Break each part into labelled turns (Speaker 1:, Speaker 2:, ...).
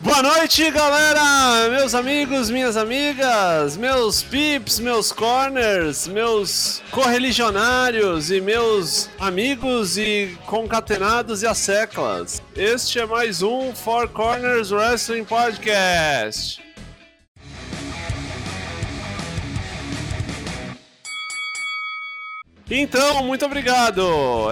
Speaker 1: Boa noite, galera! Meus amigos, minhas amigas, meus pips, meus corners, meus correligionários e meus amigos e concatenados e as seclas. Este é mais um Four Corners Wrestling Podcast. Então, muito obrigado.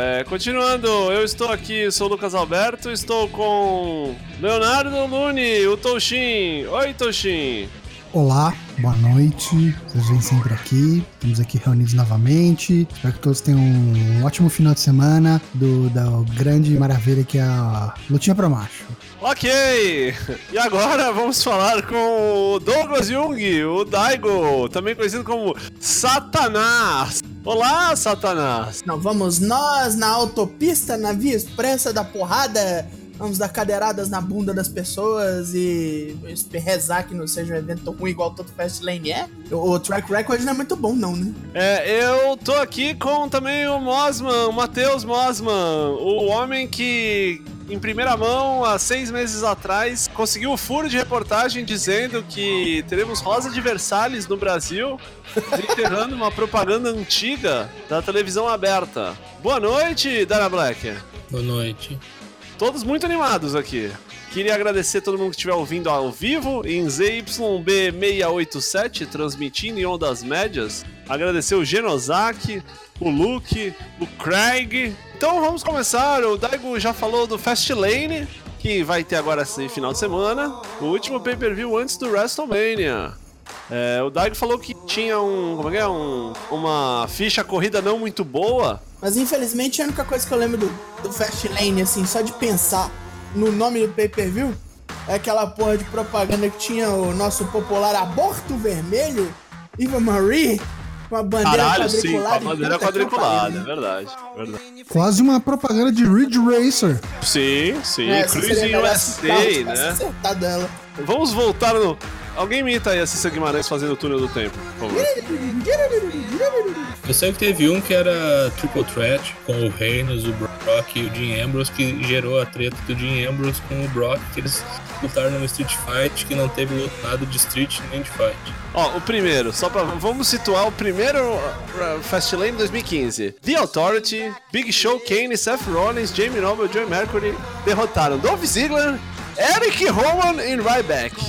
Speaker 1: É, continuando, eu estou aqui, sou o Lucas Alberto, estou com Leonardo Lune, o Toshin. Oi, Toshin.
Speaker 2: Olá, boa noite. Vocês vêm sempre aqui. Estamos aqui reunidos novamente. Espero que todos tenham um ótimo final de semana do, da grande maravilha que é a Lutinha para Macho.
Speaker 1: Ok! E agora vamos falar com o Douglas Jung, o Daigo, também conhecido como Satanás. Olá, Satanás!
Speaker 3: Não, vamos nós na autopista, na via expressa da porrada. Vamos dar cadeiradas na bunda das pessoas e rezar que não seja um evento tão ruim igual todo Fastlane é. O o track record não é muito bom, não, né?
Speaker 1: É, eu tô aqui com também o Mosman, o Matheus Mosman, o homem que, em primeira mão, há seis meses atrás, conseguiu o furo de reportagem dizendo que teremos Rosa de Versalhes no Brasil, enterrando uma propaganda antiga da televisão aberta. Boa noite, Dana Black.
Speaker 4: Boa noite.
Speaker 1: Todos muito animados aqui. Queria agradecer a todo mundo que estiver ouvindo ao vivo em ZYB687, transmitindo em ondas médias. Agradecer o Genosaki, o Luke, o Craig. Então vamos começar. O Daigo já falou do Fastlane, que vai ter agora esse final de semana, o último pay-per-view antes do WrestleMania. É, o Daigo falou que tinha um, como é que é? Um- uma ficha corrida não muito boa.
Speaker 3: Mas infelizmente a única coisa que eu lembro do, do Fastlane, assim, só de pensar no nome do pay-per-view, é aquela porra de propaganda que tinha o nosso popular aborto vermelho, Eva Marie, com a bandeira
Speaker 1: Caralho, sim, com
Speaker 3: quadriculada. então,
Speaker 1: a bandeira
Speaker 3: Puta que
Speaker 1: quadriculada,
Speaker 3: pariu,
Speaker 1: é
Speaker 3: né?
Speaker 1: verdade, verdade.
Speaker 2: Quase uma propaganda de Ridge Racer.
Speaker 1: Sim, sim,
Speaker 3: É, essa seria
Speaker 1: Cruising
Speaker 3: melhor
Speaker 1: USA,
Speaker 3: acertar, tivesse
Speaker 1: né?
Speaker 3: acertado ela.
Speaker 1: Vamos voltar no. Alguém imita aí a Cissa Guimarães fazendo o túnel do tempo, por favor.
Speaker 4: Eu sei que teve um que era Triple Threat com o Reynolds, o Brock e o Dean Ambrose, que gerou a treta do Dean Ambrose com o Brock, que eles lutaram numa Street Fight que não teve lutado de Street nem de Fight.
Speaker 1: Ó, o primeiro, só pra. Vamos situar o primeiro uh, Fastlane 2015. The Authority, Big Show, Kane, Seth Rollins, Jamie Noble e Joey Mercury derrotaram Dolph Ziggler, Eric Rowan e Ryback.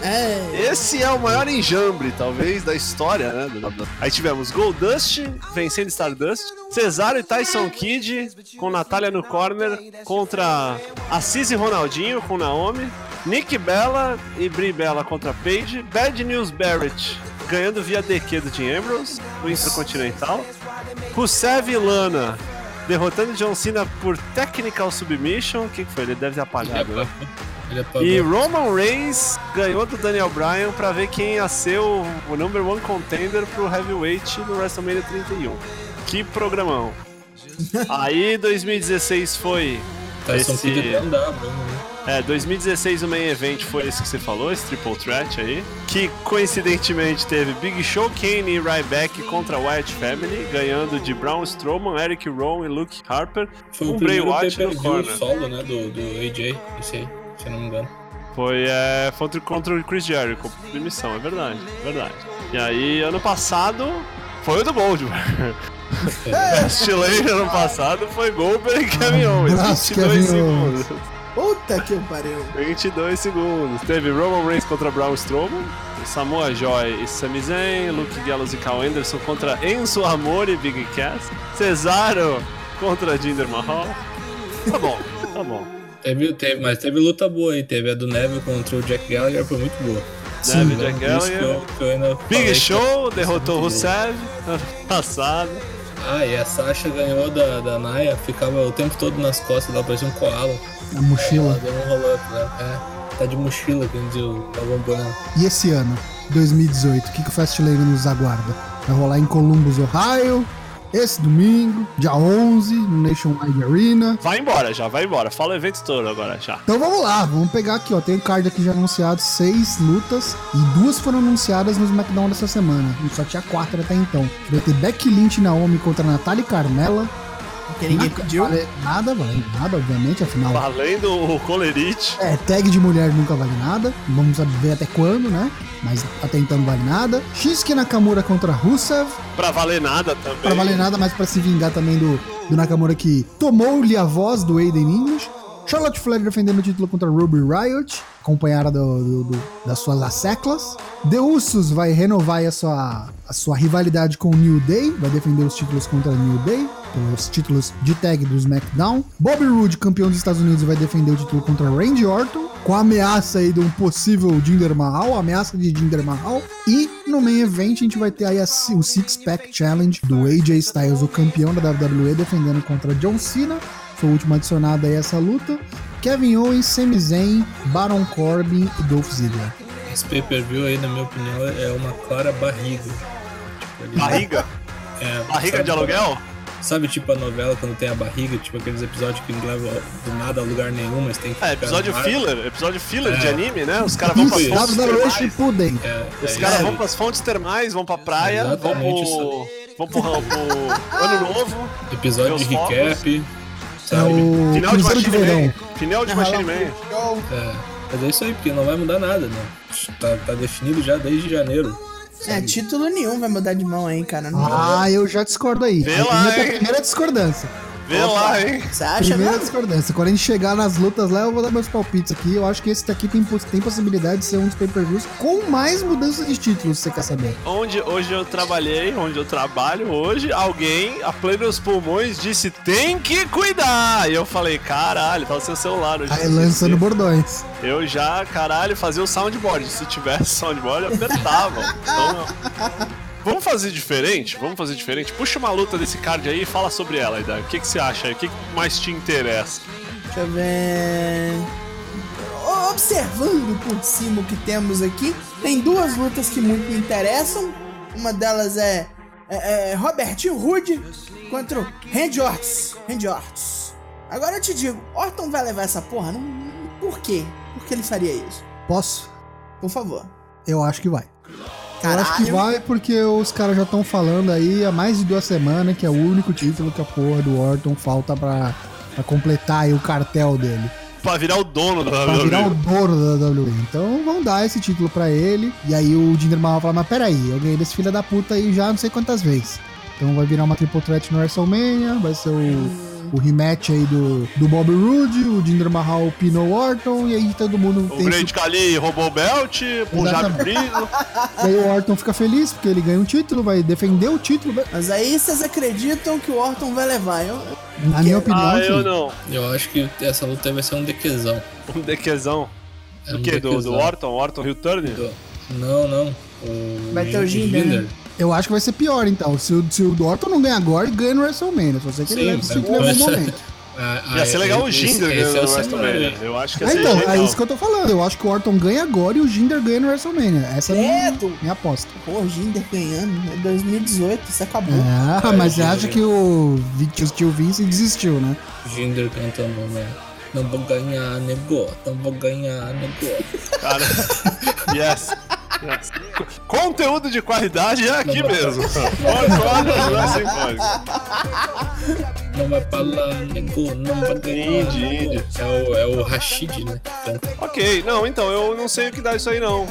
Speaker 3: É.
Speaker 1: Esse é o maior enjambre, talvez, da história, né? do- do- Aí tivemos Goldust vencendo Stardust, Cesaro e Tyson Kidd com Natália no corner contra Assis e Ronaldinho com Naomi, Nick Bella e Brie Bella contra Paige, Bad News Barrett ganhando via DQ do Dean Ambrose no Intercontinental, Rusev e Lana derrotando John Cena por Technical Submission, o que que foi? Ele deve ter apagado, né?
Speaker 4: Ele
Speaker 1: E
Speaker 4: apagou.
Speaker 1: Roman Reigns ganhou do Daniel Bryan pra ver quem ia ser o, o number one contender pro heavyweight no WrestleMania 31. Que programão. Aí 2016 foi.
Speaker 4: Tyson
Speaker 1: esse-
Speaker 4: Kidd até andava, né?
Speaker 1: É, 2016 o main event foi esse que você falou, esse triple threat aí. Que coincidentemente teve Big Show, Kane e Ryback contra a Wyatt Family, ganhando de Braun Strowman, Eric Rowan e Luke Harper.
Speaker 4: Foi o
Speaker 1: um Bray
Speaker 4: primeiro
Speaker 1: Wyatt no
Speaker 4: pay-per-view
Speaker 1: corner.
Speaker 4: solo, né, do, do AJ, esse aí, se eu não me engano.
Speaker 1: Foi é, contra, contra o Chris Jericho, demissão, é verdade, é verdade. E aí, ano passado, foi o do Goldberg.
Speaker 2: É.
Speaker 1: Fastlane ano passado foi Goldberg e Kevin Owens,
Speaker 2: abraço,
Speaker 1: 22
Speaker 2: Ah, Kevin
Speaker 1: segundos.
Speaker 2: Owens.
Speaker 3: Puta que pariu.
Speaker 1: 22 segundos. Teve Roman Reigns contra Braun Strowman, Samoa Joy e Sami Zayn, Luke Gallows e Cal Anderson contra Enzo Amore e Big Cass, Cesaro contra Jinder Mahal. Tá bom, tá bom.
Speaker 4: Teve, teve, mas teve luta boa aí, teve a do Neville contra o Jack Gallagher, foi muito boa.
Speaker 1: Deve
Speaker 4: Então,
Speaker 1: Jack
Speaker 4: por
Speaker 2: é
Speaker 4: isso
Speaker 1: Gallagher.
Speaker 4: que eu- que eu ainda falei
Speaker 1: Big
Speaker 4: que-
Speaker 1: Show derrotou Rusev ano passado.
Speaker 4: Ah, e a Sasha ganhou da, da Naya, ficava o tempo todo nas costas dela, parecia um koala.
Speaker 2: A mochila.
Speaker 4: Ela deu um roll-up, né? É, tá de mochila, como diz o Galvão Bueno.
Speaker 2: E esse ano, 2018, o que, que o Fastlane nos aguarda? Vai rolar em Columbus, Ohio, esse domingo, dia 11, no Nationwide Arena.
Speaker 1: Vai embora já, vai embora. Fala o evento todo agora já.
Speaker 2: Então vamos lá, vamos pegar aqui, ó. Tem o card aqui já anunciado, seis lutas e duas foram anunciadas no SmackDown dessa semana. E só tinha quatro até então. Vai ter Becky Lynch e Naomi contra Natália e Carmela,
Speaker 3: Porque ninguém pediu.
Speaker 2: vale nada, vale nada, obviamente, afinal.
Speaker 1: Valendo o colerite.
Speaker 2: É, tag de mulher nunca vale nada. Vamos ver até quando, né? Mas até então não vale nada. Shinsuke Nakamura contra Rusev.
Speaker 1: Pra valer nada também.
Speaker 2: Pra valer nada, mas pra se vingar também do, do Nakamura que tomou-lhe a voz do Aiden English. Charlotte Flair defendendo o título contra Ruby Riot, acompanhada do, do- do- das suas laceclas. The Usos vai renovar a sua, a sua rivalidade com o New Day, vai defender os títulos contra o New Day, pelos títulos de tag do SmackDown. Bobby Roode, campeão dos Estados Unidos, vai defender o título contra Randy Orton, com a ameaça aí de um possível Jinder Mahal, a ameaça de Jinder Mahal. E no main event a gente vai ter aí a si- o Six Pack Challenge do AJ Styles, o campeão da WWE, defendendo contra John Cena foi o último adicionado aí a essa luta. Kevin Owens, Sami Zayn, Baron Corbin e Dolph Ziggler.
Speaker 4: Esse pay-per-view aí, na minha opinião, é uma clara barriga. Tipo, eles-
Speaker 1: Barriga?
Speaker 4: É,
Speaker 1: Barriga
Speaker 4: sabe-
Speaker 1: de aluguel?
Speaker 4: Sabe tipo a novela quando tem a barriga, tipo aqueles episódios que não levam do nada a lugar nenhum, mas tem que
Speaker 1: É,
Speaker 4: ficar
Speaker 1: episódio
Speaker 4: no ar.
Speaker 1: filler, episódio filler
Speaker 4: É.
Speaker 1: de anime, né? Os caras vão
Speaker 4: Isso,
Speaker 1: pras
Speaker 2: Isso,
Speaker 4: isso.
Speaker 1: fontes
Speaker 2: WWE
Speaker 1: termais.
Speaker 2: Shippuden.
Speaker 4: É,
Speaker 1: Os
Speaker 4: é
Speaker 1: caras
Speaker 4: isso.
Speaker 1: vão pras fontes termais, vão pra praia,
Speaker 4: Exatamente
Speaker 1: vão pro. Vão pro, pro ano novo,
Speaker 4: Episódio de
Speaker 1: Meus focos.
Speaker 4: recap,
Speaker 2: É
Speaker 4: sabe?
Speaker 2: o
Speaker 1: final de
Speaker 2: Cruzeiro de,
Speaker 1: Machine
Speaker 2: Verão.
Speaker 1: Man. Final de
Speaker 3: Aham,
Speaker 1: Machine
Speaker 3: lá,
Speaker 1: Man.
Speaker 3: show.
Speaker 4: É, mas é isso aí, porque não vai mudar nada, né? Tá, tá definido já desde janeiro.
Speaker 3: É, título nenhum vai mudar de mão, hein, cara. Não
Speaker 2: Ah, eu já discordo aí.
Speaker 1: Vê
Speaker 2: Aí
Speaker 1: lá,
Speaker 2: já tá a
Speaker 1: hein?
Speaker 2: primeira discordância.
Speaker 1: Vê lá, hein?
Speaker 3: Você acha
Speaker 2: Primeira
Speaker 3: mesmo?
Speaker 2: discordância. Quando a gente chegar nas lutas lá, eu vou dar meus palpites aqui. Eu acho que esse daqui tem, poss- tem possibilidade de ser um dos pay-per-views com mais mudanças de títulos, se você quer saber.
Speaker 1: Onde hoje eu trabalhei, onde eu trabalho hoje, alguém, a plenos pulmões, disse tem que cuidar. E eu falei, caralho, tá no seu celular. eu já
Speaker 2: Aí
Speaker 1: esqueci.
Speaker 2: lançando bordões.
Speaker 1: Eu já, caralho, fazia o soundboard. Se tivesse soundboard, eu apertava. Então, vamos fazer diferente? Vamos fazer diferente? Puxa uma luta desse card aí e fala sobre ela, Ida. O que, que você acha? O que, que mais te interessa?
Speaker 3: Deixa eu ver. O- Observando por cima o que temos aqui, tem duas lutas que muito me interessam. Uma delas é, é- é Robertinho Rude contra o Randy Orton. Randy Orton. Agora eu te digo, Orton vai levar essa porra? Não, não- por quê? Por que ele faria isso?
Speaker 2: Posso?
Speaker 3: Por favor.
Speaker 2: Eu acho que vai. Eu acho que
Speaker 3: Caralho.
Speaker 2: vai porque os caras já estão falando aí há mais de duas semanas que é o único título que a porra do Orton falta pra, pra completar aí o cartel dele.
Speaker 1: Pra virar o dono da
Speaker 2: Pra virar o
Speaker 1: WWE.
Speaker 2: dono da WWE. Então vão dar esse título pra ele. E aí o Jinder Mahal fala, mas peraí, eu ganhei desse filho da puta aí já não sei quantas vezes. Então vai virar uma triple threat no WrestleMania, vai ser o, o rematch aí do, do Bob Roode, o Jinder Mahal pinou o Orton, e aí todo mundo
Speaker 1: O
Speaker 2: tem esse
Speaker 1: Grande Cali roubou o belt, Punjab
Speaker 2: Exatamente.
Speaker 1: Brito.
Speaker 2: Daí o Orton fica feliz porque ele ganha um título, vai defender o título. vai-
Speaker 3: Mas aí vocês acreditam que o Orton vai levar? Eu,
Speaker 2: Na minha opinião, assim,
Speaker 1: Ah, eu
Speaker 2: sim.
Speaker 1: não.
Speaker 4: Eu acho que essa luta vai ser um dequezão.
Speaker 1: Um dequezão.
Speaker 4: É
Speaker 1: Do
Speaker 4: um
Speaker 1: que? Do, do
Speaker 4: dequezão.
Speaker 1: Orton? Orton Hill Turner?
Speaker 4: Do- Não, não. O
Speaker 3: Vai ter o Jinder, né?
Speaker 2: Eu acho que vai ser pior, então. Se o, se o Orton não ganha agora, ganha no WrestleMania. Só sei que ele
Speaker 4: Sim,
Speaker 2: leva esse
Speaker 4: vai
Speaker 2: título em algum
Speaker 4: começar.
Speaker 2: momento.
Speaker 4: Ah, ah,
Speaker 1: Ia ser legal um o
Speaker 4: esse-
Speaker 1: Jinder
Speaker 4: esse
Speaker 1: ganhando
Speaker 4: é o
Speaker 1: o WrestleMania.
Speaker 4: cenário.
Speaker 1: Eu acho que ia
Speaker 2: Ah,
Speaker 1: ser
Speaker 2: então, é
Speaker 1: genial.
Speaker 2: isso que eu tô falando. Eu acho que o Orton ganha agora e o Jinder ganha no WrestleMania. Essa é a minha,
Speaker 3: Credo!
Speaker 2: minha aposta.
Speaker 3: pô, o Jinder ganhando, é 2018, isso acabou.
Speaker 2: Ah,
Speaker 4: É,
Speaker 2: mas você
Speaker 4: Jinder
Speaker 2: acha
Speaker 4: ganha.
Speaker 2: que o Vi- que o tio Vince desistiu, né?
Speaker 4: Jinder cantando, né? Não vou ganhar negócio, não vou ganhar negócio.
Speaker 1: Cara, yes. yes. Conteúdo de qualidade é aqui mesmo. Pode falar, não é sem pode.
Speaker 4: Não vai falar negócio, não vai ganhar.
Speaker 1: Indie,
Speaker 4: negócio. É o, é o Rashid, né? Canta.
Speaker 1: Ok, não, então, eu não sei o que dá isso aí não.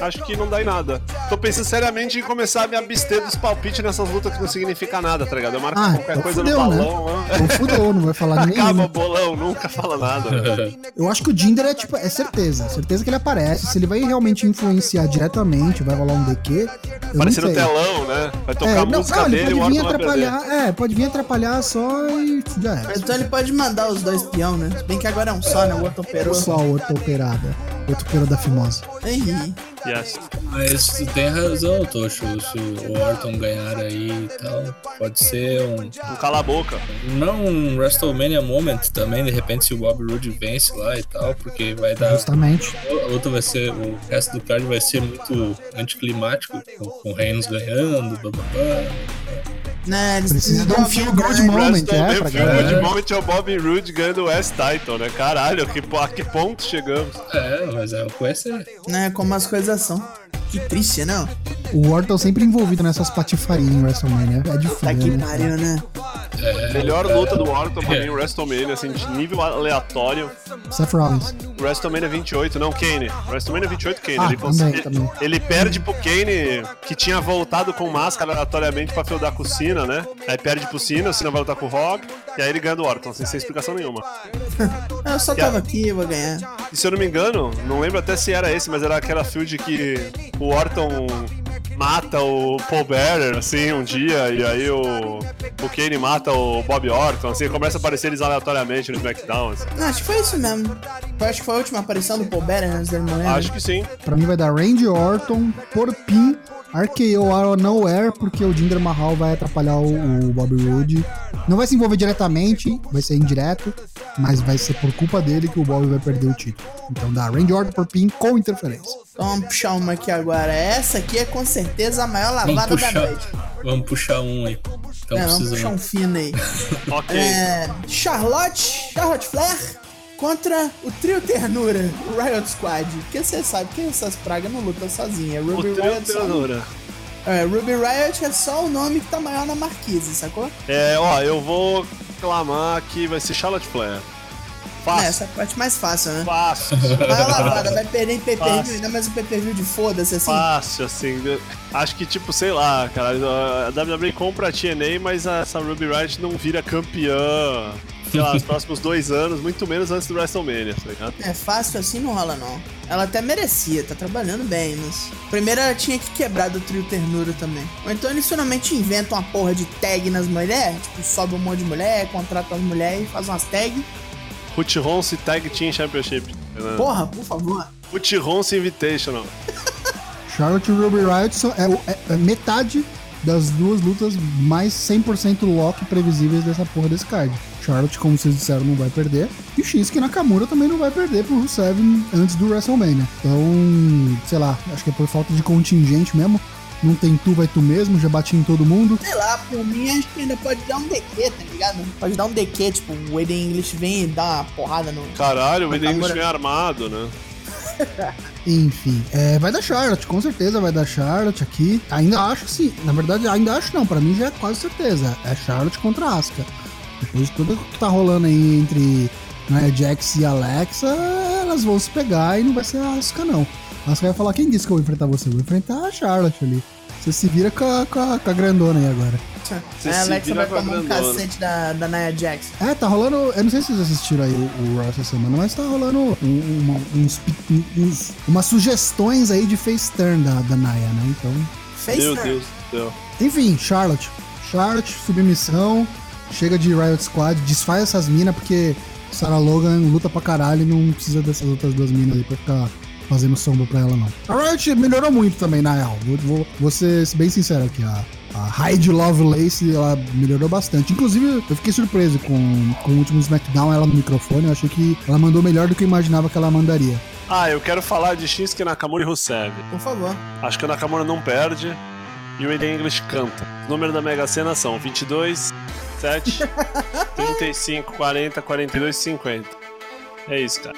Speaker 1: Acho que não dá em nada. Tô pensando seriamente em começar a me abster dos palpites nessas lutas que não significa nada, tá ligado? Eu marco
Speaker 2: Ah,
Speaker 1: qualquer
Speaker 2: então
Speaker 1: coisa
Speaker 2: fudeu,
Speaker 1: no
Speaker 2: né?
Speaker 1: balão, né?
Speaker 2: Então fudeu, não vai falar nem.
Speaker 1: Acaba o bolão, nunca fala nada. né?
Speaker 4: Então,
Speaker 2: Eu acho que o Jinder é tipo, é certeza. Certeza que ele aparece. Se ele vai realmente influenciar diretamente, vai rolar um DQ. Eu
Speaker 1: Aparecer
Speaker 2: não
Speaker 1: no
Speaker 2: sei.
Speaker 1: telão, né? Vai tocar
Speaker 2: É,
Speaker 1: a música dele e o
Speaker 2: pode vir
Speaker 1: Orton vai perder.
Speaker 2: atrapalhar. É, pode vir atrapalhar só e já é. era.
Speaker 3: Então ele pode mandar os dois peão, né? Se Bem que agora é um só, né? O outro operou.
Speaker 2: Só a outra operada. Outra operada fimosa.
Speaker 3: Ih,
Speaker 1: Yes.
Speaker 4: Mas tu ah, tem razão, Tocho. Se o Orton ganhar aí e tal, pode ser um.
Speaker 1: Não cala a boca.
Speaker 4: Não um WrestleMania moment também, de repente, se o Bob Roode vence lá e tal, porque vai dar.
Speaker 2: Justamente.
Speaker 4: A luta vai ser. O resto do card vai ser muito anticlimático, com, com o Reigns ganhando, blá blá blá.
Speaker 3: né? Eles
Speaker 2: Precisa dar um feel good
Speaker 3: mano.
Speaker 2: moment, é, pra
Speaker 1: Wrestlemania,
Speaker 2: galera.
Speaker 1: o de Moment é o Bobby Roode ganhando o West Title, né? Caralho, que, po- a que ponto chegamos?
Speaker 4: É, mas é, vai ser.
Speaker 3: Né? Como as coisas são. Que triste, não?
Speaker 2: tá O Orton sempre envolvido nessas patifarias em WrestleMania. É de
Speaker 3: Tá
Speaker 2: foda,
Speaker 3: que
Speaker 2: né?
Speaker 3: pariu, né?
Speaker 4: É,
Speaker 1: Melhor
Speaker 4: cara,
Speaker 1: luta do Orton pra
Speaker 4: É.
Speaker 1: mim, WrestleMania, assim, de nível aleatório.
Speaker 2: Seth Rollins.
Speaker 1: WrestleMania 28, não, Kane. WrestleMania 28, Kane.
Speaker 2: Ah,
Speaker 1: ele, consegue-
Speaker 2: também, também.
Speaker 1: ele perde pro Kane, que tinha voltado com máscara aleatoriamente pra feudar com o Cena, né? Aí perde pro Cena, o Cena vai lutar com o Rock, e aí ele ganha do Orton, assim, sem explicação nenhuma.
Speaker 3: Ah, Eu só
Speaker 1: Yeah.
Speaker 3: tava aqui, eu vou ganhar.
Speaker 1: E se eu não me engano, não lembro até se era esse, mas era aquela field que o Orton mata o Paul Bearer, assim, um dia, e aí o, o Kane mata o Bob Orton, assim, começa a aparecer eles aleatoriamente no SmackDown. assim.
Speaker 3: Não, acho que foi isso mesmo. Eu acho que foi a última aparição do Paul né, Bearer antes dele morrer.
Speaker 1: Acho que sim.
Speaker 2: Pra mim vai dar Randy Orton, por pin, RKO out of nowhere, porque o Jinder Mahal vai atrapalhar o, o Bobby Roode. Não vai se envolver diretamente, vai ser indireto, mas vai ser por culpa dele que o Bobby vai perder o título. Então dá Randy Orton por pin com interferência.
Speaker 3: Então vamos puxar uma aqui agora. Essa aqui é com certeza a maior
Speaker 4: Vamos
Speaker 3: lavada da
Speaker 4: puxar,
Speaker 3: noite.
Speaker 4: vamos puxar um aí. Então
Speaker 3: É, vamos puxar um
Speaker 4: precisamos.
Speaker 3: fino aí.
Speaker 1: Ok.
Speaker 3: É, Charlotte, Charlotte Flair contra o trio ternura, o Riot Squad. Porque você sabe que essas pragas não lutam sozinha.
Speaker 1: O
Speaker 3: Ruby
Speaker 1: trio
Speaker 3: Riot, só-
Speaker 1: Teodora.
Speaker 3: é, Ruby Riot é só o nome que tá maior na marquise, sacou?
Speaker 1: É, ó, eu vou clamar que vai ser Charlotte Flair.
Speaker 3: É,
Speaker 1: Fácil,
Speaker 3: essa é a parte mais fácil, né?
Speaker 1: fácil,
Speaker 3: Maior lavada, vai perder em PPV,
Speaker 1: Fácil.
Speaker 3: ainda mais um PPV de foda-se assim.
Speaker 1: fácil, assim. eu- Acho que, tipo, sei lá, cara, a WWE compra a TNA, mas a- essa Ruby Riot não vira campeã, sei lá, nos próximos dois anos, muito menos antes do WrestleMania, tá ligado?
Speaker 3: É fácil assim não rola não. Ela até merecia, tá trabalhando bem, mas. Primeiro ela tinha que quebrar do trio ternura também. Ou então eles finalmente inventam uma porra de tag nas mulheres, tipo, sobe um monte de mulher, contrata as mulheres e faz umas tags.
Speaker 1: Ruth Ronce Tag Team Championship. né?
Speaker 3: Porra, por favor.
Speaker 1: Ruth Ronce Invitational.
Speaker 2: Charlotte e Ruby Riot são- é, o- é- é metade das duas lutas mais 100% lock previsíveis dessa porra desse card. Charlotte, como vocês disseram, não vai perder. E o Shinsuke Nakamura também não vai perder pro Rusev antes do WrestleMania. Então, sei lá, acho que é por falta de contingente mesmo. Não tem tu, vai tu mesmo, já bati em todo mundo.
Speaker 3: Sei lá, por mim acho que ainda pode dar um DQ, tá ligado? Pode dar um DQ, tipo, o Eden English vem e dá uma porrada no.
Speaker 1: Caralho, o Eden
Speaker 3: Nakamura.
Speaker 1: vem armado, né?
Speaker 2: Enfim, é, vai dar Charlotte, com certeza vai dar Charlotte aqui. Ainda acho sim, na verdade ainda acho não, pra mim já é quase certeza. É Charlotte contra Asuka. Depois de tudo que tá rolando aí entre né, Jax e Alexa, elas vão se pegar e não vai ser a Asuka não. A Asuka vai falar, quem disse que eu vou enfrentar você? Eu vou enfrentar a Charlotte ali. Você se vira com a, com a- com a grandona aí agora.
Speaker 1: Você
Speaker 3: Aí a
Speaker 1: se
Speaker 3: Alexa
Speaker 1: vira
Speaker 3: vai
Speaker 1: com a
Speaker 3: tomar um
Speaker 1: grandona.
Speaker 3: cacete da, da Nia Jackson.
Speaker 2: É, tá rolando. Eu não sei se vocês assistiram aí o, o Raw essa semana, mas tá rolando um- uma- uns, pi- um- uns- umas sugestões aí de face turn da, da Naya, né? Então.
Speaker 3: Fez
Speaker 1: Meu
Speaker 3: né?
Speaker 1: Deus do céu.
Speaker 2: Enfim, Charlotte. Charlotte, submissão. Chega de Riot Squad, desfaz essas minas, porque Sarah Logan luta pra caralho e não precisa dessas outras duas minas aí pra ficar fazendo sombra pra ela, não. A Riot melhorou muito também, na real. Vou, vou, vou ser bem sincero aqui. A, a Hyde Lovelace, ela melhorou bastante. Inclusive, eu fiquei surpreso com, com o último SmackDown, ela no microfone. Eu achei que ela mandou melhor do que eu imaginava que ela mandaria.
Speaker 1: Ah, eu quero falar de Shinsuke Nakamura e Rusev.
Speaker 3: Por favor.
Speaker 1: Acho que o Nakamura não perde e o Eden English canta. Os números da Mega Sena são 22, 7, 35, 40, 42 50. É isso, cara.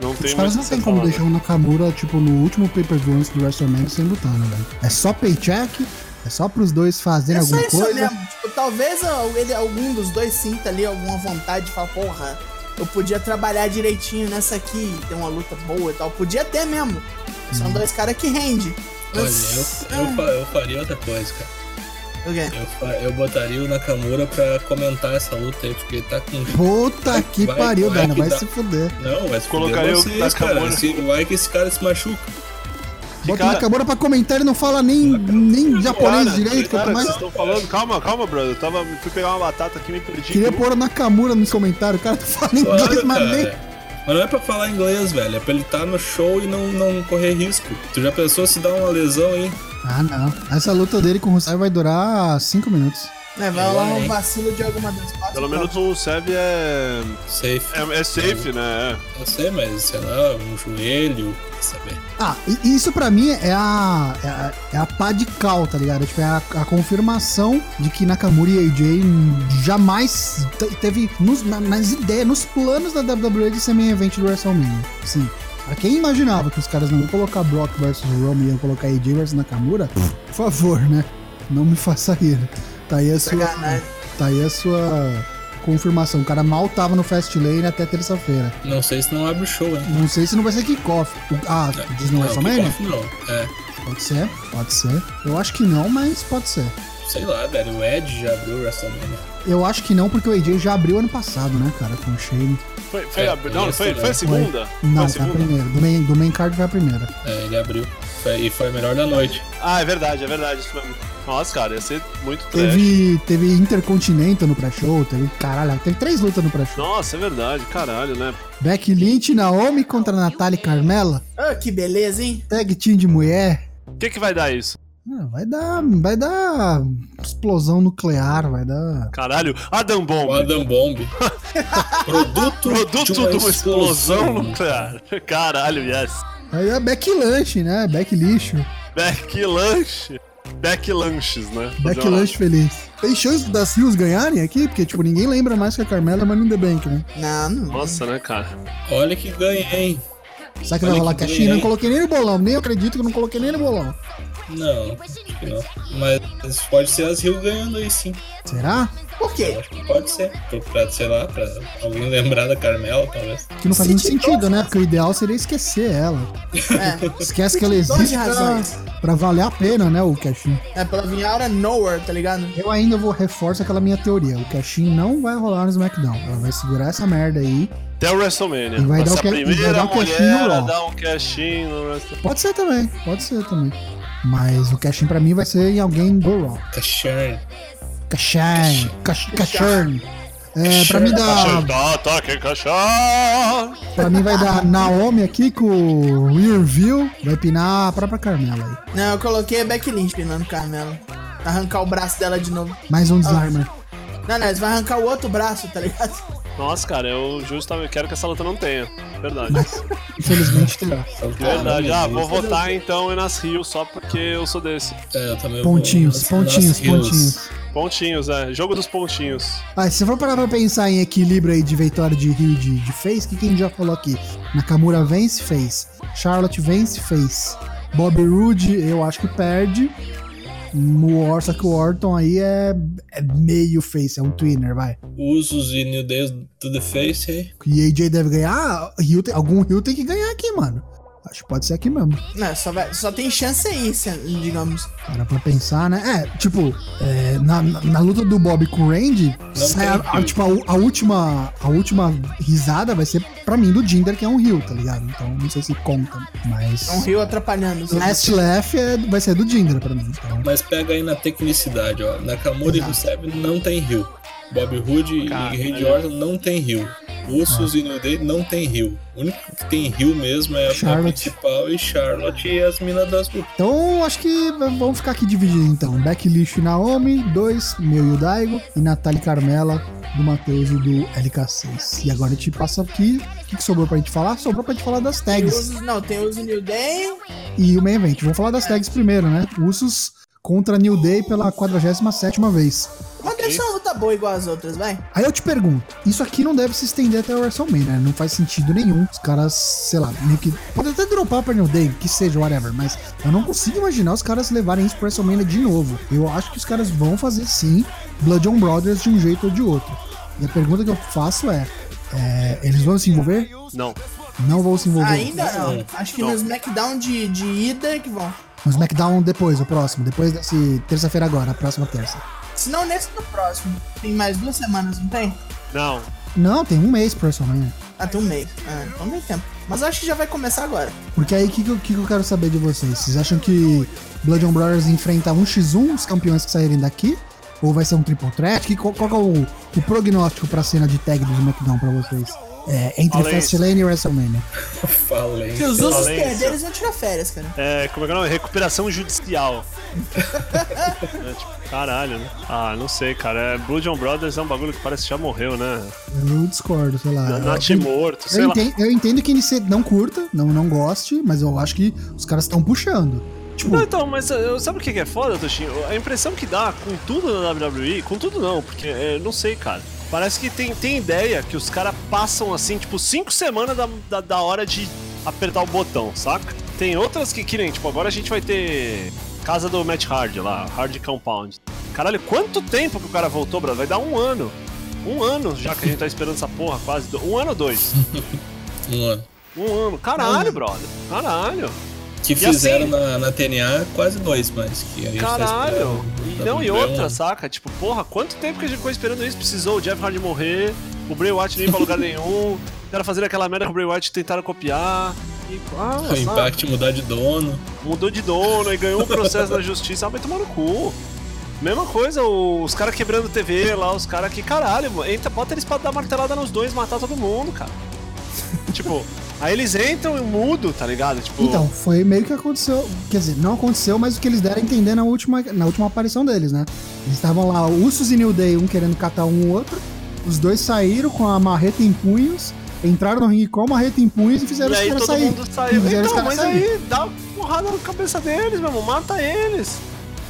Speaker 1: Não
Speaker 2: Os
Speaker 1: tem mais
Speaker 2: caras
Speaker 1: o que
Speaker 2: não
Speaker 1: né? ser
Speaker 2: tem como
Speaker 1: falado.
Speaker 2: deixar o Nakamura, tipo, no último pay-per-view antes do WrestleMania sem lutar, né, velho? É só paycheck, é só pros dois fazerem
Speaker 3: É só
Speaker 2: alguma
Speaker 3: isso
Speaker 2: coisa.
Speaker 3: mesmo. Tipo, talvez ó, ele, algum dos dois sinta ali alguma vontade de falar, porra, eu podia trabalhar direitinho nessa aqui, ter uma luta boa e tal. Podia ter mesmo. São dois caras que rende.
Speaker 4: Hum. Olha,
Speaker 3: Mas-
Speaker 4: eu, eu, fa- eu faria outra coisa, cara.
Speaker 3: O quê?
Speaker 4: Eu, fa- eu botaria o Nakamura pra comentar essa luta aí, porque ele tá com.
Speaker 2: Puta que
Speaker 4: Vai,
Speaker 2: pariu,
Speaker 4: vai
Speaker 2: Dana,
Speaker 4: que
Speaker 2: vai
Speaker 4: dá.
Speaker 2: se fuder.
Speaker 4: Não, mas
Speaker 1: Colocaria o Nakamura.
Speaker 4: cara. Esse, vai que esse cara se machuca.
Speaker 2: Bota o
Speaker 1: cara-
Speaker 2: Nakamura pra comentar, ele não fala nem, nem japonês
Speaker 1: Cara,
Speaker 2: direito, é
Speaker 1: cara,
Speaker 2: quanto mais...
Speaker 1: vocês estão falando. Calma, calma, brother. Eu tava, fui pegar uma batata aqui e me perdi.
Speaker 2: Queria pôr o Nakamura nos comentários, o cara não fala
Speaker 4: Claro,
Speaker 2: inglês, mas nem...
Speaker 4: cara. Mas não é pra falar inglês, velho. É pra ele estar no show e não, não correr risco. Tu já pensou se dá uma lesão aí?
Speaker 2: Ah, não. Essa luta dele com o Rusev vai durar 5 minutos.
Speaker 3: É, vai lá
Speaker 4: Eu,
Speaker 3: um
Speaker 4: hein?
Speaker 3: vacilo de alguma das partes.
Speaker 1: Pelo menos o Rusev é,
Speaker 4: Safe.
Speaker 1: é, é safe, né?
Speaker 4: Eu sei, mas sei lá, um joelho, saber.
Speaker 2: Ah, e- e isso pra mim é a, é a, é a pá de cal, tá ligado? É, Tipo, é a, a confirmação de que Nakamura e AJ jamais te- teve nos- na- nas ideias, nos planos da WWE de ser main event do WrestleMania. Sim. Pra quem imaginava que os caras não iam colocar Brock versus Roman e iam colocar AJ versus Nakamura, por favor, né? Não me faça rir. Tá aí a sua,
Speaker 3: Sacanagem.
Speaker 2: tá aí a sua confirmação. O cara mal tava no Fastlane até terça-feira.
Speaker 4: Não sei se não abre o show, hein?
Speaker 2: Não sei se não vai ser kickoff. O- Ah, diz no WrestleMania?
Speaker 4: É, kickoff não. É,
Speaker 2: Pode ser, pode ser. Eu acho que não, mas pode ser.
Speaker 4: sei lá, velho. O Ed já abriu o WrestleMania.
Speaker 2: Eu acho que não, porque o AJ já abriu ano passado, né, cara, com o Shane.
Speaker 1: Foi, foi,
Speaker 4: É,
Speaker 1: a- não,
Speaker 4: é,
Speaker 1: foi,
Speaker 4: sim,
Speaker 1: foi a
Speaker 4: é.
Speaker 1: segunda? foi
Speaker 2: Não, tá foi
Speaker 1: a
Speaker 2: a
Speaker 1: segunda?
Speaker 2: primeira. Do main, do main card foi a primeira.
Speaker 4: É, ele abriu. Foi- e foi a melhor da noite.
Speaker 1: Ah, é verdade, é verdade, isso mesmo. Nossa, cara, ia ser muito trash.
Speaker 2: Teve, teve Intercontinental no pré-show, teve, caralho, teve três lutas no pré-show.
Speaker 1: Nossa, é verdade, caralho, né?
Speaker 2: Beck Lynch, Naomi contra Natália e Carmela.
Speaker 3: Ah, que beleza, hein?
Speaker 2: Tag team de mulher.
Speaker 1: O que, que vai dar isso?
Speaker 2: Ah, Vai dar, vai dar explosão nuclear, vai dar...
Speaker 1: Caralho, Adam
Speaker 4: O
Speaker 1: Bomb.
Speaker 4: Adam Bomb. Produto,
Speaker 1: Produto de uma explosão
Speaker 4: né?
Speaker 1: nuclear. Caralho, yes.
Speaker 2: Aí é Beck Lunch, né? Beck Lixo.
Speaker 1: Backlunch. Backlanches, né? Fazer
Speaker 2: Beck
Speaker 1: uma-
Speaker 2: Lunch É feliz. Tem chance das Rios ganharem aqui? Porque, tipo, ninguém lembra mais que a Carmela é Money in the Bank, né?
Speaker 3: Não, não.
Speaker 1: Nossa, né, cara?
Speaker 4: Olha que ganhei, hein?
Speaker 2: Será que vai
Speaker 4: Olha
Speaker 2: rolar
Speaker 4: que
Speaker 2: caixinha? Não
Speaker 4: bem, hein?
Speaker 2: coloquei nem no bolão, nem acredito que eu não coloquei nem no bolão.
Speaker 4: Não, acho que não. Mas pode ser as Rio ganhando aí sim.
Speaker 2: Será?
Speaker 3: Por
Speaker 4: Eu
Speaker 3: quê?
Speaker 4: acho que pode ser. Pra- Pra, sei lá, pra alguém lembrar da Carmela, talvez.
Speaker 2: Que não faz
Speaker 3: Se
Speaker 2: muito
Speaker 3: tivesse-
Speaker 2: sentido, né? Porque o ideal seria esquecer ela.
Speaker 3: É,
Speaker 2: Esquece que ela
Speaker 3: Doze
Speaker 2: existe
Speaker 3: razões.
Speaker 2: pra, pra valer a pena, né, o Cashin.
Speaker 3: é pra vir a hora nowhere, tá ligado?
Speaker 2: Eu ainda vou reforçar aquela minha teoria. O Cashin não vai rolar no SmackDown. Ela vai segurar essa merda aí.
Speaker 1: Até o WrestleMania.
Speaker 2: E vai
Speaker 1: Vai
Speaker 2: dar
Speaker 1: ser
Speaker 2: o
Speaker 1: a
Speaker 2: que- e vai
Speaker 1: primeira
Speaker 2: dar o cashinho
Speaker 1: mulher
Speaker 2: lá.
Speaker 1: a dar um cashinho no WrestleMania.
Speaker 2: Pode ser também, pode ser também. Mas o Cashin pra mim vai ser em alguém do Raw.
Speaker 4: Cachorn.
Speaker 2: Cashin. Cashin. É, pra
Speaker 4: Cashin.
Speaker 2: mim dá.
Speaker 1: Tá, tá, que cachorro!
Speaker 2: Pra mim vai dar Naomi aqui com o Rear View. Vai pinar a própria Carmela aí.
Speaker 3: Não, eu coloquei a Becky Lynch pinando Carmela. Arrancar o braço dela de novo.
Speaker 2: Mais um desarmer.
Speaker 3: Não, não, eles vão arrancar o outro braço, tá ligado?
Speaker 1: Nossa, cara, eu justamente quero que essa luta não tenha. Verdade.
Speaker 2: Infelizmente terá.
Speaker 1: Verdade. Ah, vou votar então em Nas Rio só porque eu sou desse.
Speaker 4: É, eu também vou-
Speaker 2: Pontinhos,
Speaker 4: Nossa,
Speaker 2: pontinhos,
Speaker 4: Rios.
Speaker 2: pontinhos.
Speaker 1: Pontinhos, é. Jogo dos pontinhos.
Speaker 2: Ah, se você for parar pra pensar em equilíbrio aí de vitória de Rio e de, de Face, que quem já falou aqui? Nakamura vence, fez. Charlotte vence, fez. Bobby Roode, eu acho que perde. O Or- só que o Orton aí é, é meio face, é um twinner, vai.
Speaker 4: Usos e New Days to the Face, hein?
Speaker 2: E AJ deve ganhar. Ah, Rio tem- algum Rio tem que ganhar aqui, mano. Acho que pode ser aqui mesmo.
Speaker 3: Não, só, vai- só tem chance aí, se- digamos.
Speaker 2: Era pra pensar, né? É, tipo, é, na, na, na luta do Bob com o Randy,
Speaker 4: Não
Speaker 2: sai a-
Speaker 4: tem
Speaker 2: a,
Speaker 4: heel.
Speaker 2: tipo, a, u- a última, a última risada vai ser pra mim do Jinder, que é um heel, tá ligado? Então não sei se conta, mas.
Speaker 3: É um rio atrapalhando. sabe?
Speaker 2: Last Laugh é- vai ser do Jinder pra mim. Então.
Speaker 4: Mas pega aí na tecnicidade, ó. Nakamura e
Speaker 2: Exato.
Speaker 4: Rusev não tem Rio. Bob Hood
Speaker 1: Cara, né?
Speaker 4: e Randy
Speaker 1: olha.
Speaker 4: Orton não tem Rio.
Speaker 2: Ah.
Speaker 4: Usos e New Day não tem Rio. O único que tem Rio mesmo é a- a
Speaker 2: Charlotte.
Speaker 4: principal e Charlotte e as minas das lutas.
Speaker 2: Então, acho que v- vamos ficar aqui dividido então. Beck Lixo e Naomi, dois, meu e o Daigo, e Natália e Carmela, do Matheus e do LK6. E agora a gente passa aqui. O que, que sobrou pra gente falar? Sobrou pra gente falar das
Speaker 3: Tem
Speaker 2: tags.
Speaker 3: usos- não, tem uso New Day.
Speaker 2: e o main event. Vamos falar das tags primeiro, né? Usos contra New Day pela 47ª vez.
Speaker 3: Mas deve ser uma luta boa igual as outras, vai.
Speaker 2: Aí eu te pergunto, isso aqui não deve se estender até o WrestleMania, né? Não faz sentido nenhum. Os caras, sei lá, meio que... Pode até dropar pra New Day, que seja, whatever, mas eu não consigo imaginar os caras levarem isso pro WrestleMania de novo. Eu acho que os caras vão fazer, sim, Blood on Brothers de um jeito ou de outro. E a pergunta que eu faço é, é, eles vão se envolver?
Speaker 1: Não.
Speaker 2: Não vão se envolver.
Speaker 3: Ainda não. Acho que
Speaker 1: Não.
Speaker 3: no SmackDown de, de ida que vão.
Speaker 2: No SmackDown depois, o próximo. Depois desse... Terça-feira agora, a próxima terça.
Speaker 3: Se não, nesse no próximo. Tem mais duas semanas, não tem?
Speaker 1: Não.
Speaker 2: Não, tem um mês pro WrestleMania.
Speaker 3: Ah, tem um meio. Ah, então tem tempo. Mas acho que já vai começar agora.
Speaker 2: Porque aí o que, que eu- que que eu quero saber de vocês? Vocês acham que Blood and Brothers enfrenta um x 1 os campeões que saírem daqui? Ou vai ser um triple threat? Que, qual, qual que é o, o prognóstico pra cena de tag do SmackDown pra vocês? É, entre
Speaker 1: Fala aí.
Speaker 2: Fastlane e WrestleMania.
Speaker 4: Falei.
Speaker 3: Se os usos
Speaker 1: Valência.
Speaker 3: perderem, eles vão tirar férias, cara.
Speaker 1: É, como é que é o nome? Recuperação judicial. É, tipo, caralho, né? Ah, não sei, cara. É, Blood on Brothers é um bagulho que parece que já morreu, né?
Speaker 2: Eu discordo, sei lá.
Speaker 1: Nath
Speaker 2: Eu-
Speaker 1: morto, sei
Speaker 2: eu,
Speaker 1: lá.
Speaker 2: entendo, eu entendo que NC não curta, não, não goste, mas eu acho que os caras estão puxando. Tipo,
Speaker 1: Não, então, mas eh, sabe o que que é foda, Toshinho? A impressão que dá com tudo na WWE, com tudo não, porque eh, não sei, cara. Parece que tem, tem ideia que os caras passam assim, tipo, cinco semanas da, da, da hora de apertar o botão, saca? Tem outras que, que nem, tipo, agora a gente vai ter casa do Matt Hard lá, Hard Compound. Caralho, quanto tempo que o cara voltou, brother? Vai dar um ano. Um ano já que a gente tá esperando essa porra, quase. do- Um ano ou dois?
Speaker 4: Um ano.
Speaker 1: Um ano. Caralho, brother. Caralho.
Speaker 4: Que
Speaker 1: E assim-
Speaker 4: fizeram na, na TNA quase dois, mas que a gente tá
Speaker 1: Caralho.
Speaker 4: esperando.
Speaker 1: E
Speaker 4: Tá
Speaker 1: não, e
Speaker 4: bom,
Speaker 1: outra,
Speaker 4: um.
Speaker 1: saca? Tipo, porra, quanto tempo que a gente ficou esperando isso? Precisou o Jeff Hardy morrer, o Bray Wyatt nem pra lugar nenhum, era fazer aquela merda que o Bray Wyatt tentaram copiar. E, ah,
Speaker 4: O
Speaker 1: sabe?
Speaker 4: Impact mudar de dono.
Speaker 1: mudou de dono e ganhou um processo na justiça. Ah, vai tomar no cu. Mesma coisa, o- os caras quebrando TV lá, os caras que, caralho, mano, entra, bota eles pra dar martelada nos dois, matar todo mundo, cara. tipo, aí eles entram e mudo, tá ligado? Tipo,
Speaker 2: Então, foi meio que aconteceu. Quer dizer, não aconteceu, mas o que eles deram a entender na última, na última aparição deles, né? Eles estavam lá, Usos e New Day, um querendo catar um o outro. Os dois saíram com a marreta em punhos, entraram no ringue com a marreta em punhos e fizeram
Speaker 1: e
Speaker 2: os
Speaker 1: aí
Speaker 2: caras
Speaker 1: todo
Speaker 2: sair.
Speaker 1: mundo saiu.
Speaker 2: Fizeram os
Speaker 1: Então,
Speaker 2: caras
Speaker 1: mas
Speaker 2: sair.
Speaker 1: aí dá porrada na cabeça deles, meu irmão, mata eles.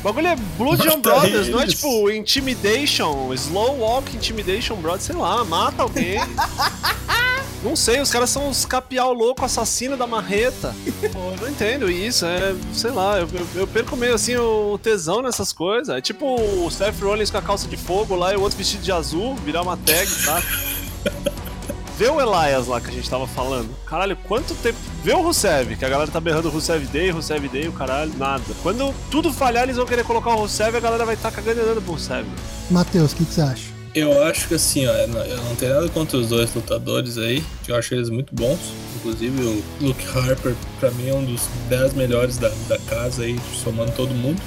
Speaker 1: O bagulho é Blood
Speaker 4: Mata
Speaker 1: on Brothers, não é
Speaker 4: eles.
Speaker 1: tipo Intimidation, Slow Walk Intimidation Brothers, sei lá, mata alguém. não sei, os caras são os capial louco assassino da marreta. Pô, eu não entendo isso, é, sei lá, eu, eu- eu perco meio assim o tesão nessas coisas. É tipo o Seth Rollins com a calça de fogo lá e o outro vestido de azul, virar uma tag, tá? Vê o Elias lá que a gente tava falando. Caralho, quanto tempo. Vê o Rusev, que a galera tá berrando Rusev Day, Rusev Day, o caralho, nada. Quando tudo falhar, eles vão querer colocar o Rusev e a galera vai estar tá cagando e andando pro Rusev.
Speaker 2: Matheus, o que, que você acha?
Speaker 4: Eu acho que assim, ó, eu não- eu não tenho nada contra os dois lutadores aí, que eu acho eles muito bons. Inclusive o Luke Harper, pra mim, é um dos 10 melhores da, da casa aí, somando todo mundo.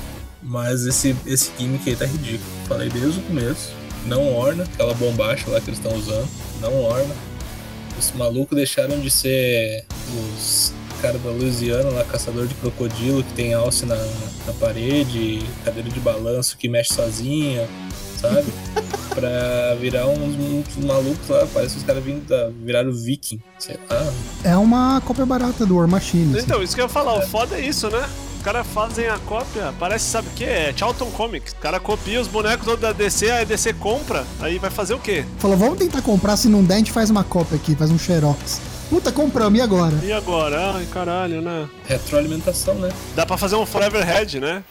Speaker 4: Mas esse, esse gimmick aí tá ridículo. Falei desde o começo. Não orna, aquela bombacha lá que eles estão usando, não orna. Os malucos deixaram de ser os caras da Louisiana lá, caçador de crocodilo que tem alce na, na parede, cadeira de balanço que mexe sozinha, sabe? pra virar uns, uns malucos lá, parece que os caras vindo da- viraram viking, sei lá.
Speaker 2: É uma cópia barata do War Machine. assim.
Speaker 1: Então, isso que eu ia falar, o foda é isso, né? Os caras fazem a cópia, parece, sabe o que? É Charlton Comics. O cara copia os bonecos todos da DC, aí a DC compra, aí vai fazer o quê?
Speaker 2: Falou, vamos tentar comprar, se não der, a gente faz uma cópia aqui, faz um xerox. Puta, compramos, e agora?
Speaker 1: E agora? Ai, caralho, né?
Speaker 4: Retroalimentação, né?
Speaker 1: Dá pra fazer um Forever Head, né?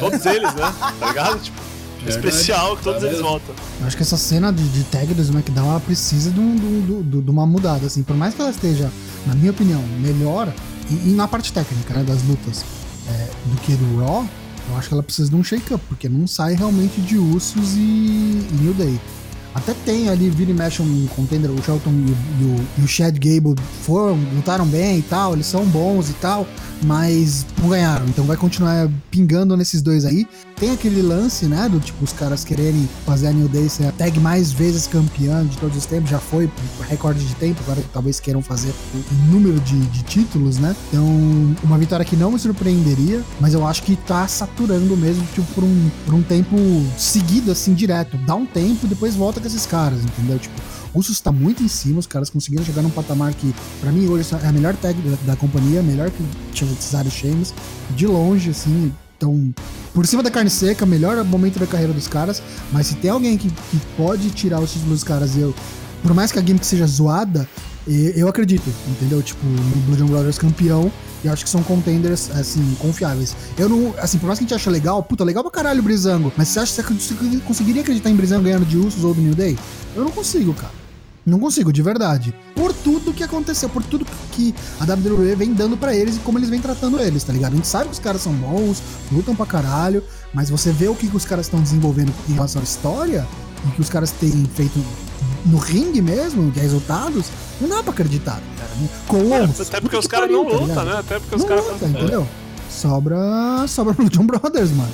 Speaker 1: Todos eles, né? Tá ligado? Tipo,
Speaker 4: É. Verdade.
Speaker 1: especial que todos
Speaker 4: Tá
Speaker 1: eles
Speaker 4: mesmo.
Speaker 1: voltam.
Speaker 2: Eu acho que essa cena de, de tag do SmackDown ela precisa de, um- de um- de um- de uma mudada, assim. Por mais que ela esteja, na minha opinião, melhor e, e na parte técnica né, das lutas é, do que do Raw, eu acho que ela precisa de um shake-up, porque não sai realmente de Usos e, e New Day. Até tem ali, vira e mexe um contender, o Shelton e o, e o- e o Chad Gable foram, lutaram bem e tal, eles são bons e tal, mas não ganharam. Então vai continuar pingando nesses dois aí. Tem aquele lance, né, do tipo, os caras quererem fazer a New Day ser a tag mais vezes campeã de todos os tempos, já foi por recorde de tempo, agora talvez queiram fazer o um número de, de títulos, né? Então, uma vitória que não me surpreenderia, mas eu acho que tá saturando mesmo, tipo, por um, por um tempo seguido, assim, direto. Dá um tempo, depois volta com esses caras, entendeu? Tipo, o Usos tá muito em cima, os caras conseguiram chegar num patamar que, pra mim, hoje é a melhor tag da, da companhia, melhor que o Cesaro e Sheamus, de longe, assim, então por cima da carne seca, melhor momento da carreira dos caras. Mas se tem alguém que, que pode tirar os títulos dos caras e eu. Por mais que a gimmick seja zoada, e- eu acredito, entendeu? Tipo, no Blue John Brothers campeão. E acho que são contenders, assim, confiáveis. Eu não. Assim, por mais que a gente ache legal, puta, legal pra caralho o Brizango. Mas você acha que você acredita- conseguiria acreditar em Brizango ganhando de Usos ou do New Day? Eu não consigo, cara. Não consigo, de verdade. Por tudo que aconteceu, por tudo que a WWE vem dando pra eles e como eles vêm tratando eles, tá ligado? A gente sabe que os caras são bons, lutam pra caralho, mas você vê o que, que os caras estão desenvolvendo em relação à história e que os caras têm feito no ringue mesmo, de resultados, não dá pra acreditar, cara. Com o ombro.
Speaker 1: Até porque os caras não
Speaker 2: tá
Speaker 1: lutam, né? Até porque os
Speaker 2: Não
Speaker 1: caras.
Speaker 2: luta, entendeu? Sobra, sobra pro John Brothers, mano.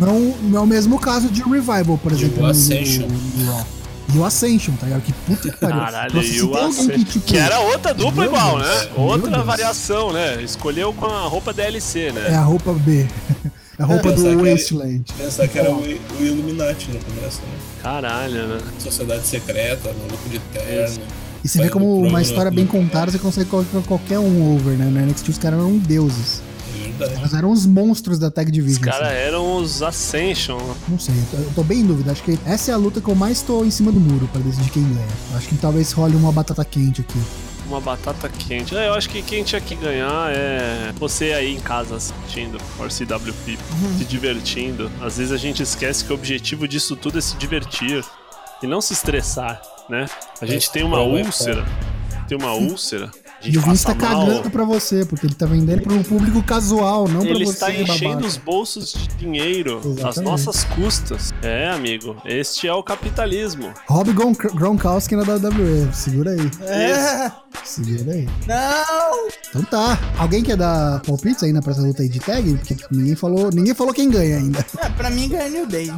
Speaker 2: Não, não é o mesmo caso de Revival, por exemplo.
Speaker 4: o
Speaker 2: no- no-
Speaker 4: Ascension.
Speaker 2: no Raw. E o Ascension, tá ligado? Que puta que pariu.
Speaker 1: Caralho,
Speaker 2: Nossa, se
Speaker 1: e
Speaker 2: tem
Speaker 1: o
Speaker 2: alguém
Speaker 1: Ascension.
Speaker 2: que, tipo,
Speaker 1: Que era outra dupla
Speaker 2: Meu
Speaker 1: igual,
Speaker 2: Deus,
Speaker 1: né?
Speaker 2: meu
Speaker 1: Outra
Speaker 2: Deus.
Speaker 1: variação, né? Escolheu com a roupa DLC, né?
Speaker 2: É a roupa B. É a roupa
Speaker 4: É,
Speaker 2: do
Speaker 4: pensar que-
Speaker 2: Wasteland.
Speaker 4: Pensar que era o, o Illuminati no começo,
Speaker 2: É.
Speaker 4: né?
Speaker 1: Caralho, né?
Speaker 4: Sociedade secreta, maluco de terno.
Speaker 2: E você vê
Speaker 4: Faz um
Speaker 2: como uma
Speaker 4: programa
Speaker 2: história bem
Speaker 4: no-
Speaker 2: contada, você consegue colocar qualquer um over, né? No NXT os caras eram deuses.
Speaker 4: É verdade.
Speaker 2: Eles eram os monstros da Tag
Speaker 1: Os
Speaker 2: Division.
Speaker 1: caras
Speaker 2: assim.
Speaker 1: eram os Ascension.
Speaker 2: Não sei, eu tô, eu tô bem em dúvida. Acho que essa é a luta que eu mais tô em cima do muro pra decidir quem ganha. Acho que talvez role uma batata quente aqui.
Speaker 1: Uma batata quente. É, eu acho que quem tinha que ganhar é. Você aí em casa assistindo RCWP,
Speaker 2: Uhum.
Speaker 1: se divertindo. Às vezes a gente esquece que o objetivo disso tudo é se divertir e não se estressar, né? A gente tem uma
Speaker 4: bom, é
Speaker 1: úlcera, tem uma úlcera. A gente
Speaker 2: E o Vince tá
Speaker 1: passa mal.
Speaker 2: cagando pra você, porque ele tá vendendo pra um público casual, não pra
Speaker 1: Ele
Speaker 2: você,
Speaker 1: está enchendo
Speaker 2: babaca.
Speaker 1: os bolsos de dinheiro às
Speaker 2: Exatamente.
Speaker 1: nossas custas. É, amigo, este é o capitalismo.
Speaker 2: Rob Gron- Gronkowski na WWE, segura aí,
Speaker 3: É.
Speaker 2: segura aí.
Speaker 3: Não!
Speaker 2: Então tá, alguém quer dar palpites ainda pra essa luta aí de tag? Porque ninguém falou, ninguém falou quem ganha ainda.
Speaker 3: É, pra mim ganha New Day.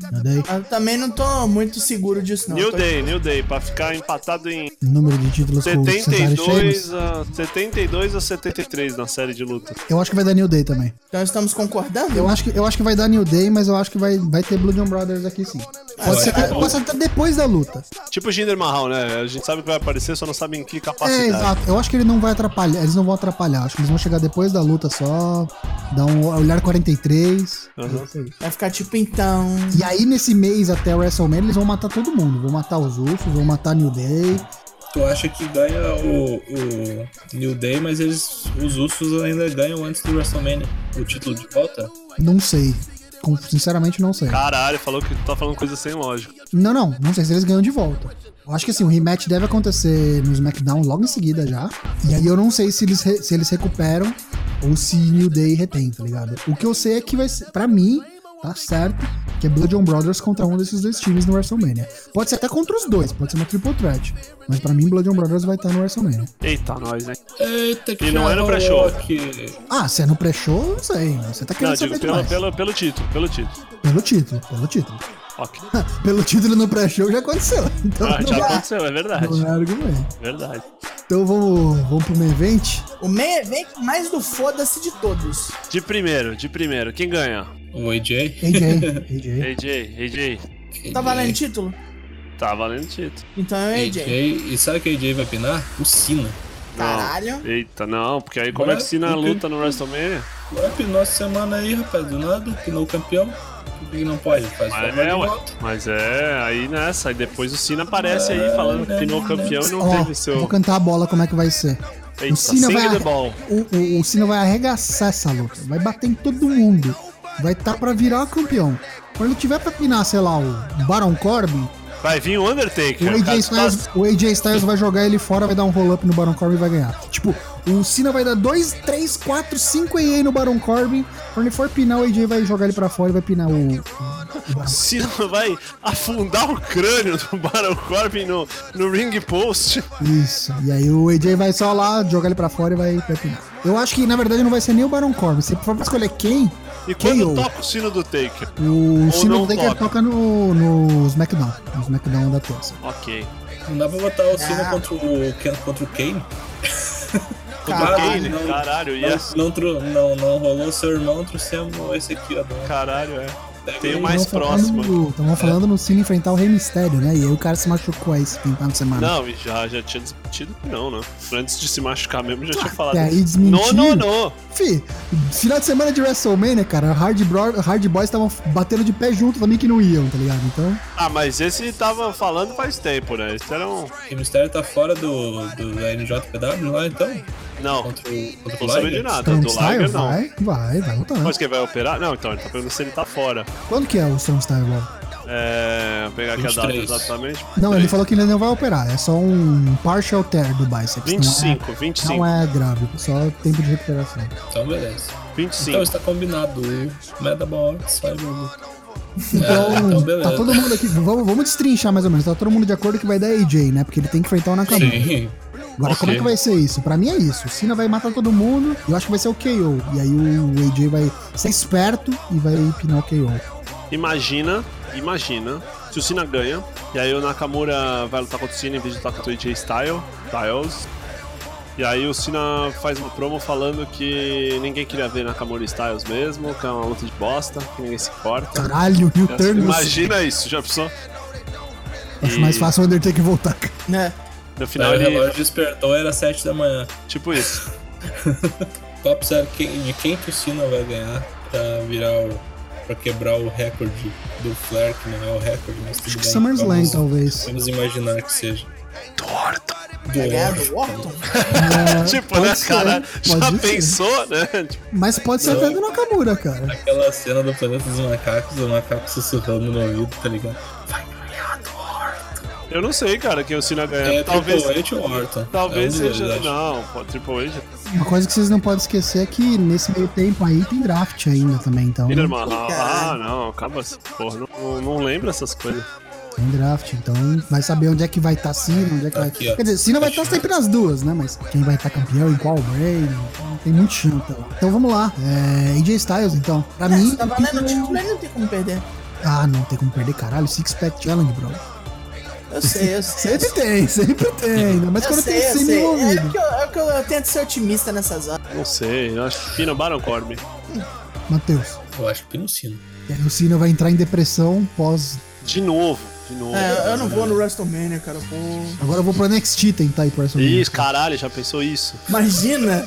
Speaker 2: Mas daí,
Speaker 3: Eu também não tô muito seguro disso, não.
Speaker 1: New
Speaker 3: Tô-
Speaker 1: Day, New Day, pra ficar empatado em
Speaker 2: número de títulos com o Cesaro Sheamus,
Speaker 1: 72 a, 72 a 73 na série de luta.
Speaker 2: eu acho que vai dar New Day também.
Speaker 3: Então estamos concordando?
Speaker 2: Eu acho que, eu acho que vai dar New Day, mas eu acho que vai, vai ter Blood and Brothers aqui sim. Pode ser, até- pode ser até depois da luta.
Speaker 1: Tipo o Jinder Mahal, né? A gente sabe que vai aparecer, só não sabe em que
Speaker 2: É,
Speaker 1: capacidade.
Speaker 2: exato. Eu acho que ele não vai atrapalhar, eles não vão atrapalhar. Acho que eles vão chegar depois da luta só, dar um olhar 43.
Speaker 1: Aham.
Speaker 2: É Isso aí.
Speaker 3: Vai ficar tipo, então.
Speaker 2: E aí, nesse mês até o WrestleMania, eles vão matar todo mundo. Vão matar os Usos, vão matar New Day.
Speaker 4: Tu acha que ganha o, o New Day, mas eles, os Usos ainda ganham antes do WrestleMania o título de volta?
Speaker 2: Não sei. Com- Sinceramente, não sei.
Speaker 1: Caralho, falou que tá falando coisa sem lógica.
Speaker 2: Não, não. Não sei se eles ganham de volta. Eu acho que assim, o rematch deve acontecer no SmackDown logo em seguida já. E aí eu não sei se eles, re- se eles recuperam ou se New Day retém, tá ligado? O que eu sei é que vai ser, pra mim, tá certo, que é Blood and Brothers contra um desses dois times no WrestleMania. Pode ser até contra os dois, pode ser uma triple threat. Mas pra mim, Blood and Brothers vai estar no WrestleMania.
Speaker 1: Eita, nós, né? hein?
Speaker 4: Eita, que
Speaker 1: E não é no
Speaker 4: era
Speaker 1: pré-show.
Speaker 2: Ah, se é no pré-show, eu não sei. mas Você tá
Speaker 1: Não,
Speaker 2: querendo
Speaker 1: eu digo
Speaker 2: saber
Speaker 1: pelo,
Speaker 2: demais.
Speaker 1: pelo, pelo título, pelo título.
Speaker 2: Pelo título, pelo título.
Speaker 1: Ok.
Speaker 2: pelo título no pré-show já aconteceu. Então
Speaker 1: Ah,
Speaker 2: não,
Speaker 1: já
Speaker 2: é-
Speaker 1: aconteceu, é verdade.
Speaker 2: não é argumento.
Speaker 1: Verdade.
Speaker 2: Então vamos, vamos pro main event.
Speaker 3: O meio evento mais do foda-se de todos. Tá
Speaker 1: De primeiro, de primeiro. Quem ganha?
Speaker 4: O AJ?
Speaker 2: AJ, AJ.
Speaker 1: AJ, AJ.
Speaker 3: Tá valendo título?
Speaker 1: Tá valendo título.
Speaker 3: Então é o
Speaker 4: AJ.
Speaker 3: AJ.
Speaker 4: E sabe o que AJ vai pinar? O Cena.
Speaker 1: Não.
Speaker 3: Caralho.
Speaker 1: Eita, não, porque aí como é que se na luta no WrestleMania?
Speaker 4: Ué, pinou essa semana aí, rapaz, do nada, pinou o campeão. Por que que não pode? Faz o
Speaker 1: Mas
Speaker 4: favor
Speaker 1: é,
Speaker 4: de
Speaker 1: ué.
Speaker 4: volta. É,
Speaker 1: Mas é, aí nessa, aí depois o Cena aparece aí falando
Speaker 4: né?
Speaker 1: que pinou o campeão e não
Speaker 2: Ó,
Speaker 1: teve
Speaker 2: eu
Speaker 1: seu.
Speaker 2: vou cantar a bola como é que vai ser.
Speaker 1: Eita, é
Speaker 2: Cena
Speaker 1: sing
Speaker 2: vai-
Speaker 1: the ball.
Speaker 2: O, o, o Cena vai arregaçar essa luta. Vai bater em todo mundo. Vai estar tá pra virar o campeão. Quando ele tiver pra pinar, sei lá, o Baron Corbin,
Speaker 1: Vai vir o Undertaker. o
Speaker 2: o
Speaker 1: cara
Speaker 2: AJ,
Speaker 1: que tá-
Speaker 2: Styles, o AJ Styles vai jogar ele fora, vai dar um roll-up no Baron Corbin e vai ganhar. Tipo, o Cena vai dar 2, 3, 4, 5 EA no Baron Corbin. Quando ele for pinar, o AJ vai jogar ele pra fora e vai pinar o.
Speaker 1: Cena vai afundar o crânio do Baron Corbin no, no ring post.
Speaker 2: Isso. E aí o AJ vai só lá, jogar ele pra fora e vai, vai pinar. Eu acho que na verdade não vai ser nem o Baron Corbin. Se for pra escolher quem,
Speaker 1: E quando
Speaker 2: KO.
Speaker 1: toca o sino do Taker?
Speaker 2: O
Speaker 1: não
Speaker 2: Simon Taker
Speaker 1: toca.
Speaker 2: toca no, no SmackDown. No SmackDown da terça.
Speaker 1: Ok.
Speaker 4: Não dá pra botar o Cena contra o Ken- contra o Kane?
Speaker 3: Caralho,
Speaker 1: Kane,
Speaker 4: não-
Speaker 1: caralho, é-
Speaker 4: Não,
Speaker 1: yes.
Speaker 4: não, tru- não, não rolou seu irmão, trouxemos esse aqui, ó. do-
Speaker 1: Caralho, é. Tem o
Speaker 4: Não,
Speaker 1: mais
Speaker 2: Tão falando
Speaker 1: próximo. É.
Speaker 2: do- Tamo falando no Cine enfrentar o Rei Mistério, né? E aí o cara se machucou aí esse fim de semana.
Speaker 1: Não, e já, já tinha discutido que não, né? Antes de se machucar mesmo, já tinha falado.
Speaker 2: E aí
Speaker 1: Não,
Speaker 2: Ah, desmentiu.
Speaker 1: não, não.
Speaker 2: Fi, final de semana de WrestleMania, cara, Hard, Bro- Hard Boys estavam batendo de pé junto também que não iam, tá ligado? Então,
Speaker 1: Ah, mas esse tava falando faz tempo, né? Esse era um.
Speaker 4: O Mistério tá fora do, do da NJPW lá, então?
Speaker 1: Não,
Speaker 4: Contra o contra
Speaker 1: não
Speaker 4: o
Speaker 1: sabia
Speaker 4: Liger?
Speaker 1: de nada.
Speaker 2: Strong
Speaker 1: Do Liger,
Speaker 2: Style
Speaker 1: não.
Speaker 2: vai, vai, vai lutar.
Speaker 1: Mas quem vai operar? Não, então, ele tá perguntando se ele tá fora.
Speaker 2: Quando que é o Strong Style Ball?
Speaker 1: É. Vou pegar aqui a data
Speaker 4: 23.
Speaker 1: exatamente.
Speaker 2: Não, ele falou que ele não vai operar, é só um partial tear do bíceps. não é-
Speaker 1: 25,
Speaker 2: Não
Speaker 1: 25,
Speaker 2: é grave, só tempo de recuperação.
Speaker 4: Então, beleza.
Speaker 2: é-
Speaker 4: Então
Speaker 1: 25.
Speaker 4: está combinado. o Metaball sai jogo. É,
Speaker 2: Então,
Speaker 4: então, beleza.
Speaker 2: tá todo mundo aqui. Vamos, vamos destrinchar mais ou menos. Tá todo mundo de acordo que vai dar AJ, né? Porque ele tem que enfrentar o Nakamura.
Speaker 4: Sim.
Speaker 2: Agora, como é
Speaker 4: ok.
Speaker 2: que vai ser isso? Pra mim é isso. O Cena vai matar todo mundo. e Eu acho que vai ser o KO. E aí o AJ vai ser esperto e vai pinar o KO.
Speaker 1: Imagina, imagina, se o Cena ganha, e aí o Nakamura vai lutar contra o Cena em vez de lutar contra o AJ Style, Styles. E aí o Cena faz uma promo falando que ninguém queria ver Nakamura e Styles mesmo, que é uma luta de bosta, que ninguém se importa.
Speaker 2: Caralho, New Turn.
Speaker 1: Imagina isso, já pensou?
Speaker 2: Acho mais fácil o Undertaker voltar.
Speaker 3: Né?
Speaker 1: No final
Speaker 2: É,
Speaker 4: Daí o
Speaker 1: ele.
Speaker 4: relógio despertou, era 7 da manhã.
Speaker 1: Tipo isso.
Speaker 4: Top zero, quem- de quem que o Cena vai ganhar pra virar o. Pra quebrar o recorde do Flair, que não é o recorde, mas tudo
Speaker 2: Acho que
Speaker 4: bem.
Speaker 2: SummerSlam,
Speaker 4: Vamos-
Speaker 2: talvez.
Speaker 4: Vamos imaginar que seja.
Speaker 1: Torta.
Speaker 3: Vai ganhar
Speaker 4: do
Speaker 3: do Tá Orton?
Speaker 2: É,
Speaker 1: tipo,
Speaker 2: pode
Speaker 1: né,
Speaker 2: ser,
Speaker 1: cara? Já
Speaker 2: pode ser.
Speaker 1: pensou, né? Tipo,
Speaker 2: Mas pode ser até do Nakamura, cara.
Speaker 4: Aquela cena do planeta dos macacos, o macaco sussurrando no ouvido, tá ligado?
Speaker 1: eu não sei, cara, quem o Cena ganha.
Speaker 4: É,
Speaker 1: talvez.
Speaker 4: Triple H ou Orton.
Speaker 1: Talvez
Speaker 4: é um dos dois,
Speaker 1: seja.
Speaker 4: eu acho.
Speaker 1: Não, pô, tipo, Triple H.
Speaker 2: Uma coisa que vocês não podem esquecer é que nesse meio tempo aí tem draft ainda também, então.
Speaker 1: Miller Mahal.
Speaker 3: Caralho.
Speaker 1: Ah, não, acaba. Porra, não- não, não lembro essas coisas.
Speaker 2: Tem draft, então vai saber onde é que vai estar tá Cena, onde é que vai
Speaker 4: Aqui, ó.
Speaker 2: Quer dizer, Cena vai estar sempre nas duas, né? Mas quem vai estar campeão, em qual Brady, então tem muito chão até lá. Então vamos lá, é, AJ Styles então. Pra
Speaker 3: É,
Speaker 2: mim.
Speaker 3: se tá valendo o título, ele não tem como perder.
Speaker 2: Ah, não tem como perder, caralho. Six Pack Challenge, bro.
Speaker 3: Eu sei, eu sei.
Speaker 2: Sempre tem, sempre tem. Ainda mais
Speaker 3: Eu
Speaker 2: quando
Speaker 3: sei,
Speaker 2: tem
Speaker 3: eu
Speaker 2: Cena
Speaker 3: sei. É
Speaker 2: envolvido.
Speaker 3: que eu, é que eu, eu tento ser otimista nessas horas.
Speaker 1: Não sei, eu acho que Pino Baron Corbin.
Speaker 2: Matheus,
Speaker 4: Eu acho que né? Pinocino.
Speaker 2: e aí o Cena vai entrar em depressão pós.
Speaker 1: De novo, de novo.
Speaker 3: É, eu- eu não vou no WrestleMania, cara. eu vou-
Speaker 2: Agora eu vou pro NXT tentar ir pro WrestleMania.
Speaker 1: Isso, caralho, já pensou isso?
Speaker 3: Imagina!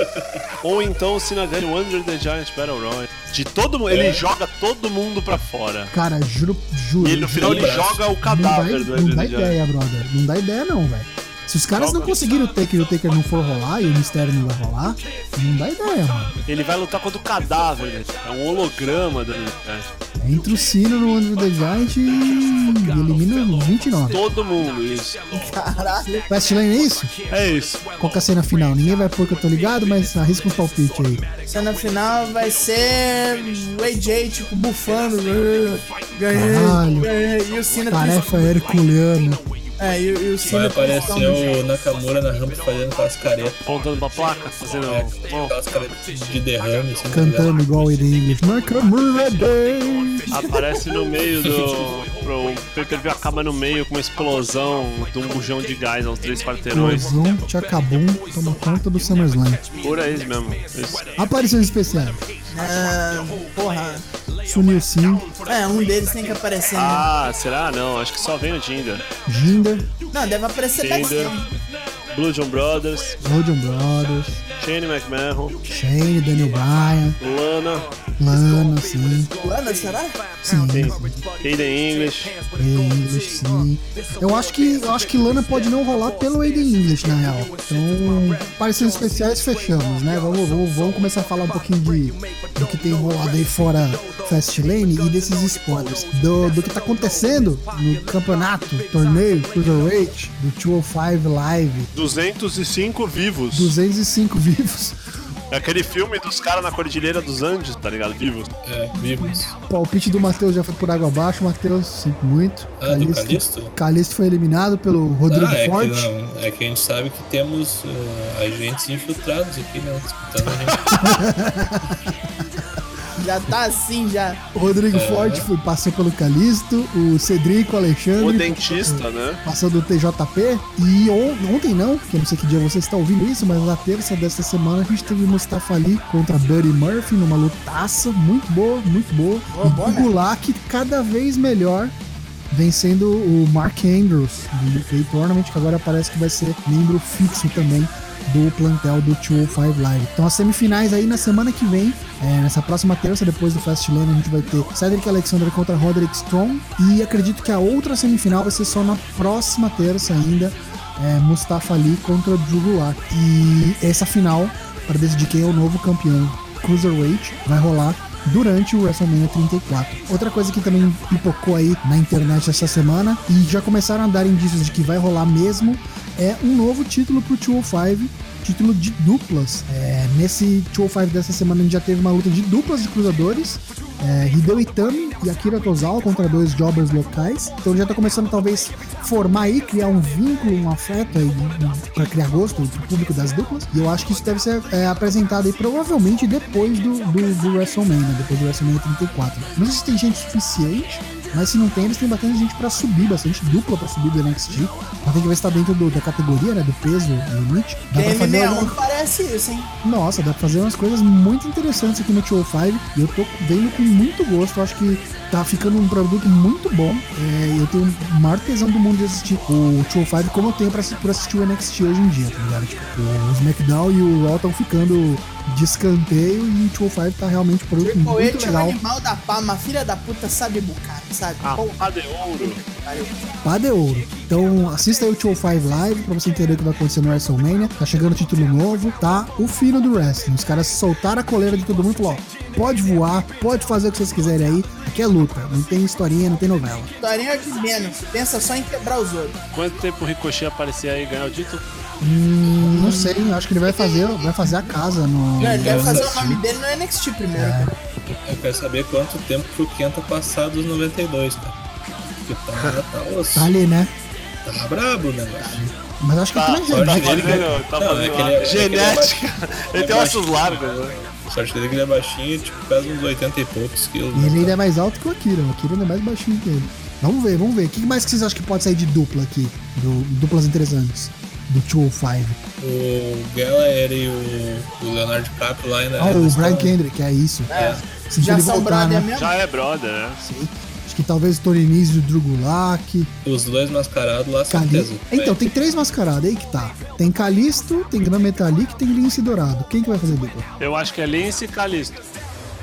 Speaker 1: Ou então o Cena ganha o Under the Giant Battle Royale. De todo mundo, ele joga todo mundo pra fora.
Speaker 2: Cara, juro, juro.
Speaker 1: E ele, no final
Speaker 2: juro.
Speaker 1: ele joga o
Speaker 2: Não dá,
Speaker 1: cadáver do
Speaker 2: não
Speaker 1: Under
Speaker 2: dá
Speaker 1: the Giant.
Speaker 2: ideia, brother. Não dá ideia, não, velho. Se os caras não
Speaker 1: Joga.
Speaker 2: conseguirem o Taker e o Taker não for rolar e o mistério não vai rolar, não dá ideia, mano.
Speaker 1: Ele vai lutar contra o cadáver, né? É um holograma do Under the Giant.
Speaker 2: É Entra o sino no Under the Giant e elimina o 29.
Speaker 1: Todo mundo, isso.
Speaker 3: Caralho.
Speaker 2: Fastlane é isso?
Speaker 1: É isso.
Speaker 2: Qual que é a cena final? Ninguém vai pôr que eu tô ligado, mas arrisca um palpite aí.
Speaker 3: Cena final vai ser o AJ, tipo, bufando. né? Ganhei,
Speaker 2: Caralho.
Speaker 3: ganhei. E o Cena
Speaker 2: Tarefa herculeana.
Speaker 3: É, e, e o
Speaker 4: Vai
Speaker 3: Cena
Speaker 4: aparecer
Speaker 3: principalmente.
Speaker 4: o Nakamura na rampa fazendo aquelas caretas.
Speaker 1: Apontando pra placa, fazendo. um,
Speaker 4: né? Aquelas caretas de derrame, assim, tá ligado?
Speaker 2: Cantando igual o Eden English. Nakamura Day.
Speaker 1: Aparece no meio do. Pro, o pay-per-view acaba no meio com uma explosão de um bujão de gás, uns três quarteirões.
Speaker 2: Explosão, Chacabum, toma conta do SummerSlam.
Speaker 1: Por aí mesmo. Isso.
Speaker 2: Aparições especiais.
Speaker 3: Ah, porra.
Speaker 2: Sunil Singh,
Speaker 3: É, um deles tem que aparecer. né?
Speaker 1: Ah, será? Não, acho que só vem o Dinda.
Speaker 2: Jinder,
Speaker 3: Não, deve aparecer né?
Speaker 1: Jinder,
Speaker 3: backstage.
Speaker 1: Blue John Brothers,
Speaker 2: Golden Brothers,
Speaker 1: Shane McMahon,
Speaker 2: Shane, Daniel Bryan,
Speaker 1: Lana,
Speaker 2: Lana, sim,
Speaker 3: Lana, será?
Speaker 2: sim,
Speaker 1: Hayden English.
Speaker 2: Aiden English, sim. Eu acho que eu acho que Lana pode não rolar pelo Aiden English, na real. Então, aparições especiais fechamos, né? Vamos, vamos, vamos começar a falar um pouquinho de do que tem rolado aí fora Fastlane e desses spoilers. Do, do que tá acontecendo no campeonato, torneio, Cruiserweight, do 205 Live,
Speaker 1: 205 vivos.
Speaker 2: 205 vivos.
Speaker 1: É Aquele filme dos caras na Cordilheira dos Andes, tá ligado? Vivos.
Speaker 4: É, vivos.
Speaker 2: palpite do Matheus já foi por água abaixo, Matheus, sinto muito.
Speaker 4: Ah, do Calixto?
Speaker 2: Calixto foi eliminado pelo Rodrigo
Speaker 4: Ah, é que,
Speaker 2: Forte.
Speaker 4: não, é que a gente sabe que temos eh, agentes infiltrados aqui, né? Disputando a gente.
Speaker 3: Já tá assim, já.
Speaker 2: O
Speaker 4: É.
Speaker 2: Rodrigo Forte foi, passou pelo Calixto, o Cedrico
Speaker 1: O
Speaker 2: Alexandre.
Speaker 1: dentista, né?
Speaker 2: Passou do TJP e on- ontem não, porque eu não sei que dia você está ouvindo isso, mas na terça desta semana a gente teve Mustafa Ali contra Buddy Murphy numa lutaça muito boa, muito boa.
Speaker 3: Boa, boa,
Speaker 2: e
Speaker 3: né?
Speaker 2: Gulak cada vez melhor, vencendo o Mark Andrews do UK Tournament, que agora parece que vai ser membro fixo também do plantel do 205 Live. Então as semifinais aí na semana que vem, é, nessa próxima terça, depois do Fastlane, a gente vai ter Cedric Alexander contra Roderick Strong e acredito que a outra semifinal vai ser só na próxima terça ainda, é, Mustafa Ali contra Drew Gulak. E essa final, para decidir quem é o novo campeão Cruiserweight vai rolar durante o WrestleMania 34. Outra coisa que também pipocou aí na internet essa semana e já começaram a dar indícios de que vai rolar mesmo é um novo título pro 205, título de duplas. É, nesse 205 dessa semana a gente já teve uma luta de duplas de cruzadores. É, Hideo Itami e Akira Tozawa contra dois jobbers locais. Então já tá começando talvez formar aí, criar um vínculo, um afeto aí para criar gosto do público das duplas. E eu acho que isso deve ser é, apresentado aí provavelmente depois do, do, do WrestleMania, né? depois do WrestleMania 34. Não sei se tem gente suficiente, mas se não tem, eles têm bastante gente pra subir, bastante dupla pra subir do NXT. Mas tem que ver se tá dentro do- da categoria, né? Do peso, do limite. Dá
Speaker 3: é
Speaker 2: pra fazer um- alguma
Speaker 3: DM61 parece isso, hein?
Speaker 2: nossa, dá pra fazer umas coisas muito interessantes aqui no 205 e eu tô vendo com muito gosto. Eu acho que tá ficando um produto muito bom. É, eu tenho o maior tesão do mundo de assistir o 205 como eu tenho pra, assi- por assistir o NXT hoje em dia, tá ligado? Tipo, o SmackDown e o Raw estão ficando de escanteio e o 205 tá realmente um produto
Speaker 3: Triple
Speaker 2: muito
Speaker 3: H é um
Speaker 2: legal.
Speaker 1: Ah.
Speaker 3: animal da pá, mas filha da puta sabe bucar, sabe? Pô,
Speaker 1: Arrada de ouro.
Speaker 2: Padre é Ouro. Então assista aí o 205 Live pra você entender o que vai acontecer no WrestleMania. Tá chegando título novo, tá? O fino do wrestling. Os caras soltaram a coleira de todo mundo e falaram: ó, pode voar, pode fazer o que vocês quiserem aí. Aqui é luta, não tem historinha, não tem novela.
Speaker 3: Historinha de menos. Pensa só em quebrar os outros.
Speaker 1: Quanto tempo o Ricochet aparecer aí e ganhar o título?
Speaker 2: Hum, não sei, eu acho que ele vai fazer, vai fazer a casa no.
Speaker 3: Não, ele deve fazer o
Speaker 2: assim.
Speaker 3: nome dele no NXT primeiro. cara.
Speaker 4: Eu quero saber quanto tempo que o Kenta passar dos 92, cara. Porque tá, tá, osso.
Speaker 2: Tá ali, né?
Speaker 4: tá brabo o negócio.
Speaker 2: Mas acho que
Speaker 1: Ah,
Speaker 2: aquilo é
Speaker 4: eu acho
Speaker 2: genético.
Speaker 4: que ele ganhou.
Speaker 1: tá
Speaker 4: Não, é
Speaker 1: fazendo
Speaker 4: que ele
Speaker 1: lá.
Speaker 4: é- é que ele é baixo.
Speaker 1: Genética. Ele tem ossos largos, né?
Speaker 4: Sorte dele que ele é baixinho, tipo, pesa uns 80 e poucos quilos. né?
Speaker 2: E ele ainda é mais alto que o Akira. O Akira ainda é mais baixinho que ele. Vamos ver, vamos ver. O que mais que vocês acham que pode sair de dupla aqui? Do- duplas interessantes. Do 205.
Speaker 4: O Geller e o, o Leonardo DiCaprio lá ainda.
Speaker 2: Ah, o
Speaker 4: ainda
Speaker 2: Brian
Speaker 4: estão-
Speaker 2: Kendrick, é isso.
Speaker 4: É.
Speaker 2: Se
Speaker 3: Já
Speaker 2: ele
Speaker 3: são
Speaker 2: voltar,
Speaker 3: brother
Speaker 2: né?
Speaker 3: mesmo?
Speaker 1: Já é brother, né?
Speaker 2: Acho que talvez o Torinis e o Drew Gulak,
Speaker 4: Os dois mascarados lá, certeza.
Speaker 2: Cali... Então, tem três mascaradas aí que tá. Tem Calisto, tem Gran Metalik, tem Lince Dourado. Quem que vai fazer dupla?
Speaker 1: Eu acho que é Lince e Calisto.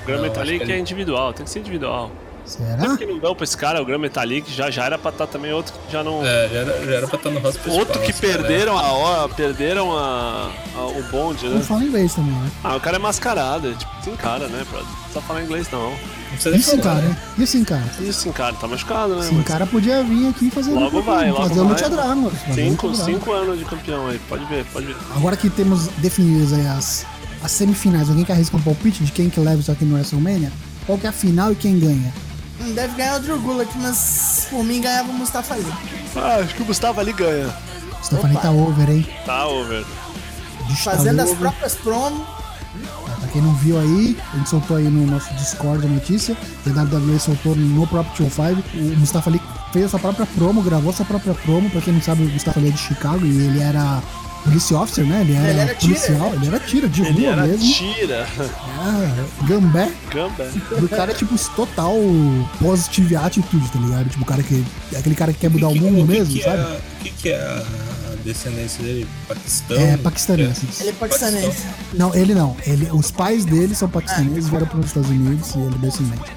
Speaker 1: O Gran
Speaker 4: Não, acho
Speaker 1: Metalik
Speaker 4: que
Speaker 1: é
Speaker 4: ele-
Speaker 1: individual, tem que ser individual. Sabe
Speaker 2: Será?
Speaker 1: por que não dão pra esse cara? O Gran Metalik já, já era pra estar também outro que já não.
Speaker 4: É, já era, já era pra estar no assim, né? rosto principal.
Speaker 1: Outro que
Speaker 4: esse cara.
Speaker 1: perderam a hora, perderam a, a- o bonde,
Speaker 2: Não
Speaker 1: né?
Speaker 2: fala inglês também, né?
Speaker 1: Ah, o cara é mascarado, tipo, se encara, né, brother? Não precisa falar inglês, não.
Speaker 4: Não precisa nem
Speaker 2: Isso,
Speaker 4: falar,
Speaker 2: cara.
Speaker 4: né?
Speaker 2: Isso, cara.
Speaker 1: Isso, encara, tá machucado, né?
Speaker 2: Sim,
Speaker 1: mas-
Speaker 2: cara podia vir aqui e fazer
Speaker 1: Logo
Speaker 2: dupla
Speaker 1: vai,
Speaker 2: comigo,
Speaker 1: logo
Speaker 2: fazer
Speaker 1: vai.
Speaker 2: luta drama. fazer
Speaker 1: Cinco,
Speaker 2: luta drama.
Speaker 1: cinco anos de campeão aí, pode ver, pode ver.
Speaker 2: Agora que temos definidas aí as, as semifinais, alguém que arrisca um palpite de quem que leva isso aqui no WrestleMania? Qual que é a final e quem ganha?
Speaker 3: Não deve ganhar o Drew Gulak, mas por mim ganhava o Mustafa Ali.
Speaker 1: Ah, acho que o Gustavo ali ganha.
Speaker 2: Stephanie tá over, hein?
Speaker 1: Tá, over.
Speaker 2: Bicho tá
Speaker 3: Fazendo as
Speaker 2: over.
Speaker 3: próprias promos.
Speaker 2: Tá, Pra quem não viu aí, a gente soltou aí no nosso Discord a notícia, que a WWE soltou no próprio 205, o Mustafa Ali fez a sua própria promo, gravou a sua própria promo, pra quem não sabe, o Mustafa Ali é de Chicago e ele era police officer, né? Ele era,
Speaker 3: Ele era tira. né?
Speaker 2: policial, ele era tira de
Speaker 1: Ele
Speaker 2: rua
Speaker 1: era
Speaker 2: mesmo,
Speaker 1: tira.
Speaker 2: é, gambé,
Speaker 1: Gamba.
Speaker 2: o cara é tipo total positive attitude, tá ligado? Tipo, o cara que, é aquele cara que quer mudar
Speaker 4: O
Speaker 2: o
Speaker 4: que-
Speaker 2: mundo
Speaker 4: o que
Speaker 2: mesmo,
Speaker 4: que é-
Speaker 2: sabe?
Speaker 4: O que, que é a descendência dele? Paquistão?
Speaker 2: É, paquistanense.
Speaker 3: Ele é paquistanês.
Speaker 2: Não, ele não. Ele, os pais dele são paquistaneses, vieram para os Estados Unidos e ele é descendente.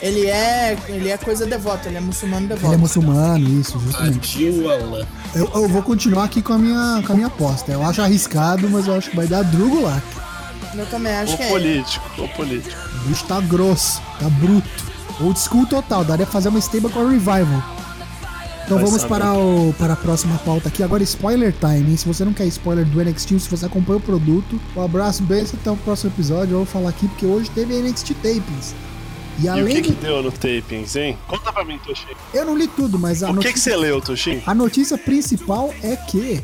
Speaker 3: Ele é, ele é coisa devota, ele é muçulmano
Speaker 2: Ele é
Speaker 3: devoto.
Speaker 2: muçulmano, isso, justamente.
Speaker 4: Adil Alan.
Speaker 2: Eu, eu vou continuar aqui com a, minha, com a minha aposta. Eu acho arriscado, mas eu acho que vai dar drugo lá.
Speaker 3: Eu também acho
Speaker 1: O
Speaker 3: que é. ele.
Speaker 1: político, o político.
Speaker 2: O bicho tá grosso, tá bruto. Old school total, daria pra fazer uma stable com a Revival. Então
Speaker 1: Vai
Speaker 2: vamos
Speaker 1: saber.
Speaker 2: para, o, para a próxima pauta aqui. Agora, spoiler time, hein? Se você não quer spoiler do NXT, ou se você acompanha o produto, um abraço, beijo, até o próximo episódio. Eu vou falar aqui porque hoje teve NXT Tapings. E
Speaker 1: E o
Speaker 2: além
Speaker 1: que que
Speaker 2: de...
Speaker 1: deu no tapings, hein? Conta pra mim, Toshin.
Speaker 2: Eu não li tudo, mas a
Speaker 1: O que
Speaker 2: notícia...
Speaker 1: que você leu, Toshin?
Speaker 2: A notícia principal é que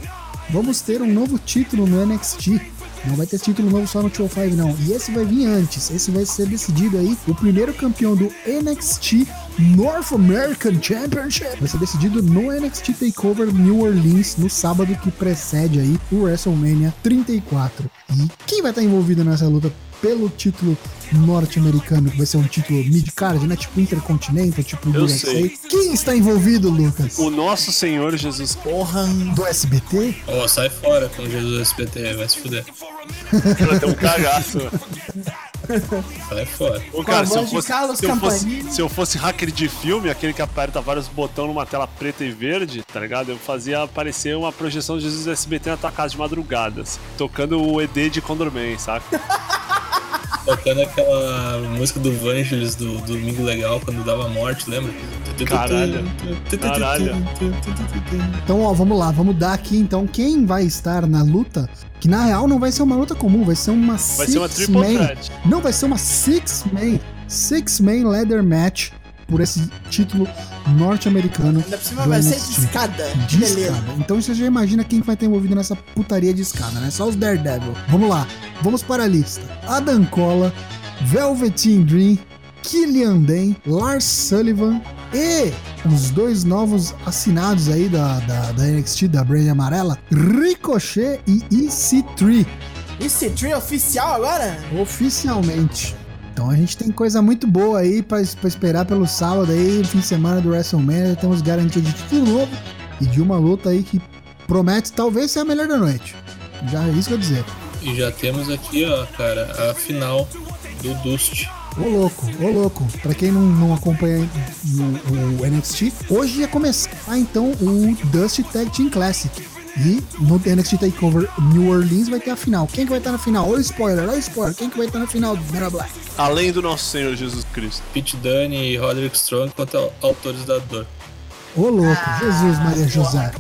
Speaker 2: vamos ter um novo título no NXT. Não vai ter título novo só no 205, não. E esse vai vir antes. Esse vai ser decidido aí. O primeiro campeão do NXT North American Championship vai ser decidido no NXT Takeover New Orleans no sábado que precede aí o WrestleMania 34. E quem vai estar envolvido nessa luta pelo título norte-americano, que vai ser um título mid-card, né? Tipo Intercontinental, tipo
Speaker 1: Eu
Speaker 2: USA.
Speaker 1: sei.
Speaker 2: Quem está envolvido, Lucas?
Speaker 1: O nosso Senhor Jesus
Speaker 3: Porra.
Speaker 2: do SBT,
Speaker 4: Ó, sai fora com o Jesus SPT, vai se fuder.
Speaker 1: Ela tem um cagaço.
Speaker 4: Sai fora.
Speaker 1: Ô,
Speaker 3: a
Speaker 1: cara, se eu,
Speaker 3: voz de
Speaker 1: fosse,
Speaker 3: Carlos
Speaker 1: se, eu
Speaker 3: Campanini.
Speaker 1: fosse, se eu fosse hacker de filme, aquele que aperta vários botões numa tela preta e verde, tá ligado? Eu fazia aparecer uma projeção de Jesus SBT na tua casa de madrugadas, tocando o ED de Condorman, saca?
Speaker 4: Tocando aquela música do Vangelis do, do Domingo Legal quando dava morte, lembra?
Speaker 1: Caralho. Caralho.
Speaker 2: Então, ó, vamos lá, vamos dar aqui então quem vai estar na luta, que na real não vai ser uma luta comum, vai ser uma
Speaker 1: Vai ser uma
Speaker 2: six
Speaker 1: triple
Speaker 2: man.
Speaker 1: threat.
Speaker 2: Não, vai ser uma six man, six man leather match por esse título norte-americano
Speaker 3: Ainda por cima
Speaker 2: do
Speaker 3: vai ser
Speaker 2: NXT.
Speaker 3: discada.
Speaker 2: de
Speaker 3: Beleza.
Speaker 2: escada. Então você já imagina quem que vai estar envolvido nessa putaria de escada, né? Só os Daredevil. Vamos lá, vamos para a lista. Adam Cola, Velveteen Dream, Killian Den, Lars Sullivan e os dois novos assinados aí da, da, da NXT, da Brand Amarela, Ricochet e EC3,
Speaker 3: Esse trio oficial agora?
Speaker 2: oficialmente. Então a gente tem coisa muito boa aí pra pra esperar pelo sábado aí, fim de semana do WrestleMania, já temos garantia de título novo e de uma luta aí que promete talvez ser a melhor da noite. Já é isso que eu dizer.
Speaker 4: E já temos aqui, ó, cara, a final do Dust
Speaker 2: Ô louco, ô louco. Pra quem não, não acompanha o, o NXT, hoje ia começar então o Dust Tag Team Classic. E no NXT Takeover New Orleans vai ter a final. Quem que vai estar na final? Olha o spoiler, olha o spoiler. Quem que vai estar na final? Mera Black.
Speaker 1: Além do nosso Senhor Jesus Cristo.
Speaker 4: Pete Dunne e Roderick Strong contra autores da dor.
Speaker 2: Ô louco, Jesus Maria José.